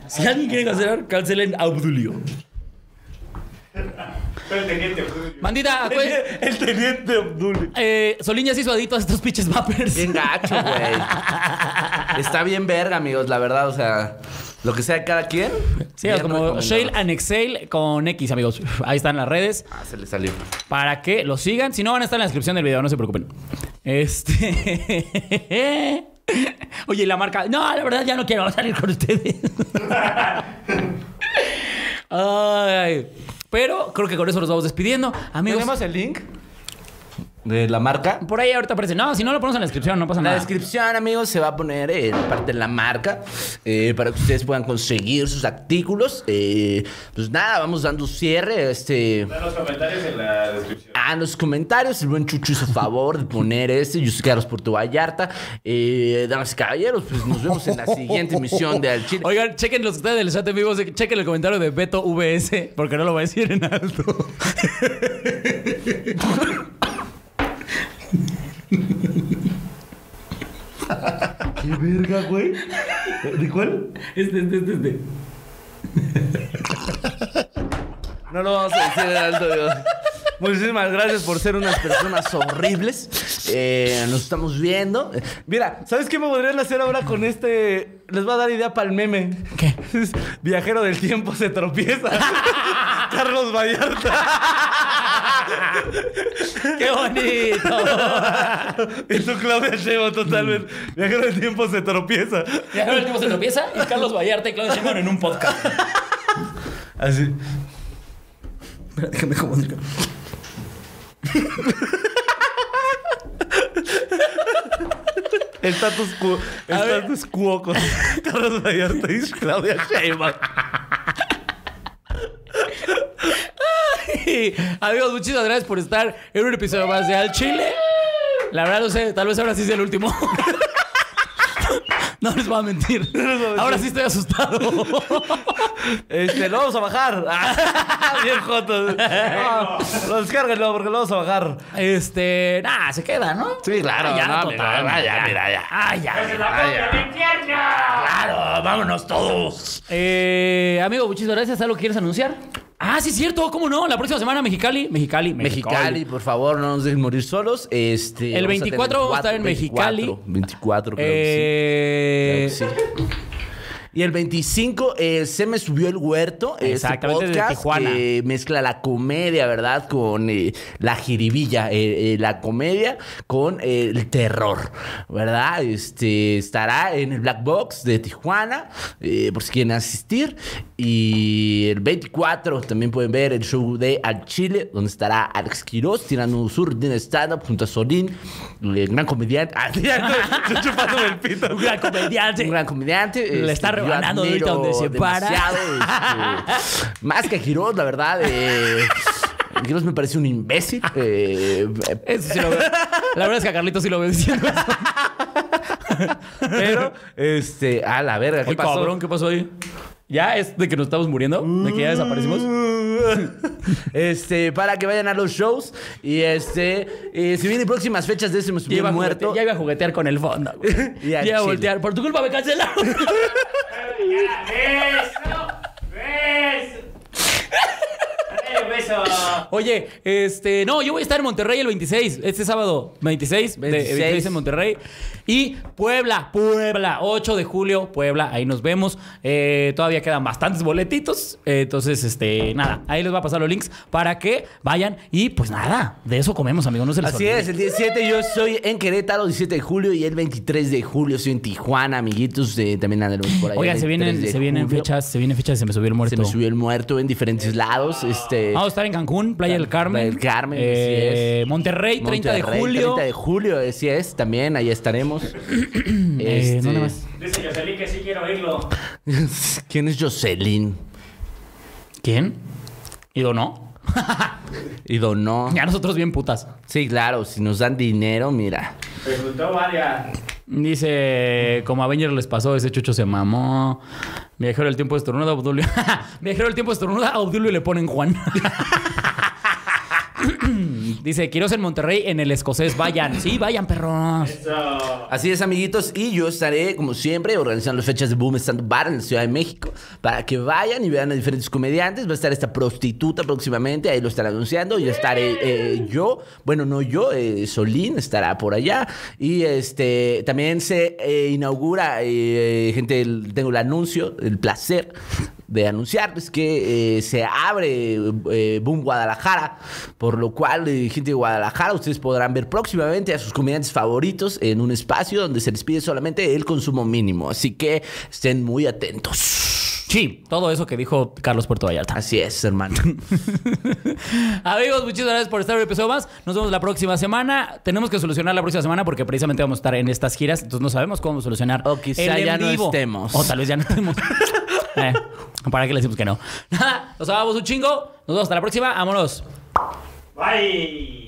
A: si alguien quiere cancelar, cancelen a Obdulio.
C: Espérate, gente. pues, Julio.
A: Mandita, acué-
B: El teniente Obdulio.
A: eh, Solín ya se hizo adicto a estos pinches vapers.
D: Bien gacho, güey. Está bien verga, amigos, la verdad. O sea, lo que sea de cada quien.
A: Sí,
D: bien
A: como
D: recomendado.
A: Shale and Exhale con X, amigos. Ahí están las redes.
D: Ah, se le salió.
A: para que lo sigan. Si no, van a estar en la descripción del video, no se preocupen. Este. Oye, la marca. No, la verdad ya no quiero salir con ustedes. Ay. Pero creo que con eso nos vamos despidiendo. Amigos,
B: ¿Tenemos el link?
D: ¿De la marca?
A: por ahí ahorita aparece. No, si no lo ponemos en la descripción, no pasa
D: En la
A: nada.
D: descripción, amigos, se va a poner eh, la parte de la marca eh, para que ustedes puedan conseguir sus artículos. Eh, pues nada, vamos dando cierre. Este.
C: Están los comentarios en la descripción.
D: A los comentarios, el buen Chuchu hizo favor de poner este. Yo soy Carlos Puerto Vallarta. Eh, damas y caballeros, pues nos vemos en la siguiente emisión de Al Chile.
A: Oigan, chequen los que están en el chat en vivo, chequen el comentario de Beto VS, porque no lo voy a decir en alto.
B: Qué verga, güey. ¿De cuál?
A: Este, este, este, este.
D: No lo vamos a decir en alto, Dios. Muchísimas gracias por ser unas personas horribles. Eh, nos estamos viendo.
B: Mira, ¿sabes qué me podrían hacer ahora con este? Les va a dar idea para el meme.
A: ¿Qué?
B: Es, Viajero del tiempo se tropieza. Carlos Vallarta.
A: ¡Qué bonito!
B: Y tú, Claudia Sheinbaum, totalmente.
A: Mm.
B: Viajero del tiempo se tropieza.
A: Ya el último se tropieza y Carlos Vallarta y Claudio Sheinbaum en un podcast.
B: Así.
A: Déjame como
B: El status quo. El
A: A ver.
B: status quo con Carlos Vallarta y Claudia Sheinbaum.
A: Amigos, muchísimas gracias por estar en un episodio más de Al Chile. La verdad no sé, tal vez ahora sí sea el último. No les voy a mentir. Ahora sí estoy asustado.
B: Este, lo vamos a bajar. Bien jotos. No, lo descárguenlo porque lo vamos a bajar.
A: Este, nada, se queda, ¿no?
D: Sí, claro,
A: Ah, ya,
D: no,
A: total,
D: mira, ya, mira, ya.
A: Ah, ya.
D: Claro, vámonos todos.
A: Eh, amigo, muchísimas gracias. ¿Algo que quieres anunciar? Ah, sí, es cierto. ¿Cómo no? La próxima semana, Mexicali. Mexicali.
D: Mexicali, por favor, no nos dejen morir solos. Este,
A: El
D: vamos a tener
A: 24 vamos a estar en
D: 24,
A: Mexicali.
D: 24, creo que
A: Eh,
D: sí. Claro que sí. Y el 25 eh, se me subió el huerto. este
A: Exactamente, desde
D: podcast
A: Tijuana.
D: que eh, mezcla la comedia, ¿verdad? Con eh, la jiribilla. eh, eh, la comedia con eh, el terror, ¿verdad? Este estará en el Black Box de Tijuana. eh, por si quieren asistir. Y el 24 también pueden ver el show de Al Chile, donde estará Alex Quiroz tirando su rutina de stand-up junto a Solín, el gran comediante. Ah,
B: Estoy chupándome el pito.
A: Un gran comediante.
D: un gran comediante. este,
A: Le está
D: yo
A: rebanando ahorita
D: admiro
A: donde se para.
D: demasiado, este, más que a Quiroz, la verdad. Eh, Quiroz me parece un imbécil. eh, eh,
A: Eso sí lo veo. La verdad es que a Carlito sí lo veo diciendo.
D: pero, este, a la verga, ¿qué
A: Oye,
D: pasó?
A: cabrón, ¿qué pasó ahí? ¿Ya es de que nos estamos muriendo? ¿De que ya desaparecimos?
D: Este, para que vayan a los shows. Y este, eh, si vienen próximas fechas de ese me
A: Ya iba,
D: subieron
A: a juguete-
D: muerto.
A: ya iba a juguetear con el fondo, güey.
D: Y
A: Ya
D: al
A: iba a
D: chile.
A: voltear. Por tu culpa me cancelaron.
C: Ya, Beso. Beso. Dale un beso. Eso.
A: Oye, este, no, yo voy a estar en Monterrey el 26, este sábado 26, de-
B: 26.
A: 26 en Monterrey. Y Puebla, Puebla, 8 de julio, Puebla, ahí nos vemos. Eh, todavía quedan bastantes boletitos. Eh, entonces, este, nada, ahí les va a pasar los links para que vayan. Y pues nada, de eso comemos, amigos, no se les
B: Así
A: olvide.
B: es, el 17 yo estoy en Querétaro, 17 de julio, y el 23 de julio estoy en Tijuana, amiguitos, eh, también andaremos por ahí.
A: Oigan, se vienen, se vienen fechas, se vienen fechas, se me subió el muerto.
B: Se me subió el muerto en diferentes lados. Este,
A: Vamos a estar en Cancún, Playa del Carmen.
B: Playa del Carmen,
A: Eh,
B: así es.
A: Monterrey, 30 de
B: Monterrey,
A: julio.
B: 30 de julio, así es, también, ahí estaremos.
A: Eh,
B: Este,
A: ¿dónde más?
C: Dice Jocelyn que sí quiero oírlo.
B: ¿Quién es Jocelyn?
A: ¿Quién? ¿Y no?
B: Y donó.
A: Ya nosotros bien putas.
B: Sí, claro, si nos dan dinero, mira.
C: Preguntó varias.
A: Dice, como a Avenger les pasó, ese chucho se mamó. Viajero del tiempo estornuda, Obdulio. Viajero del tiempo estornuda, a Obdulio le ponen Juan. Dice, Quiroz en Monterrey, en el escocés. Vayan, sí, vayan, perros.
C: Eso.
B: Así es, amiguitos, y yo estaré, como siempre, organizando las fechas de Boom Stand Up Bar en la Ciudad de México para que vayan y vean a diferentes comediantes. Va a estar esta prostituta próximamente, ahí lo estará anunciando. Y estaré eh, yo, bueno, no yo, eh, Solín estará por allá. Y este también se eh, inaugura, eh, gente, el- tengo el anuncio, el placer de anunciarles que eh, se abre eh, Boom Guadalajara, por lo cual, eh, gente de Guadalajara, ustedes podrán ver próximamente a sus comediantes favoritos en un espacio donde se les pide solamente el consumo mínimo. Así que estén muy atentos.
A: Sí, todo eso que dijo Carlos Puerto Vallarta.
B: Así es, hermano.
A: Amigos, muchísimas gracias por estar en un episodio más. Nos vemos la próxima semana. Tenemos que solucionar la próxima semana porque precisamente vamos a estar en estas giras, entonces no sabemos cómo solucionar.
B: O quizá
A: el en
B: ya no
A: vivo.
B: estemos.
A: O tal vez ya no estemos. Eh, ¿Para qué le decimos que no? Nada, nos amamos un chingo. Nos vemos hasta la próxima. Vámonos.
C: Bye.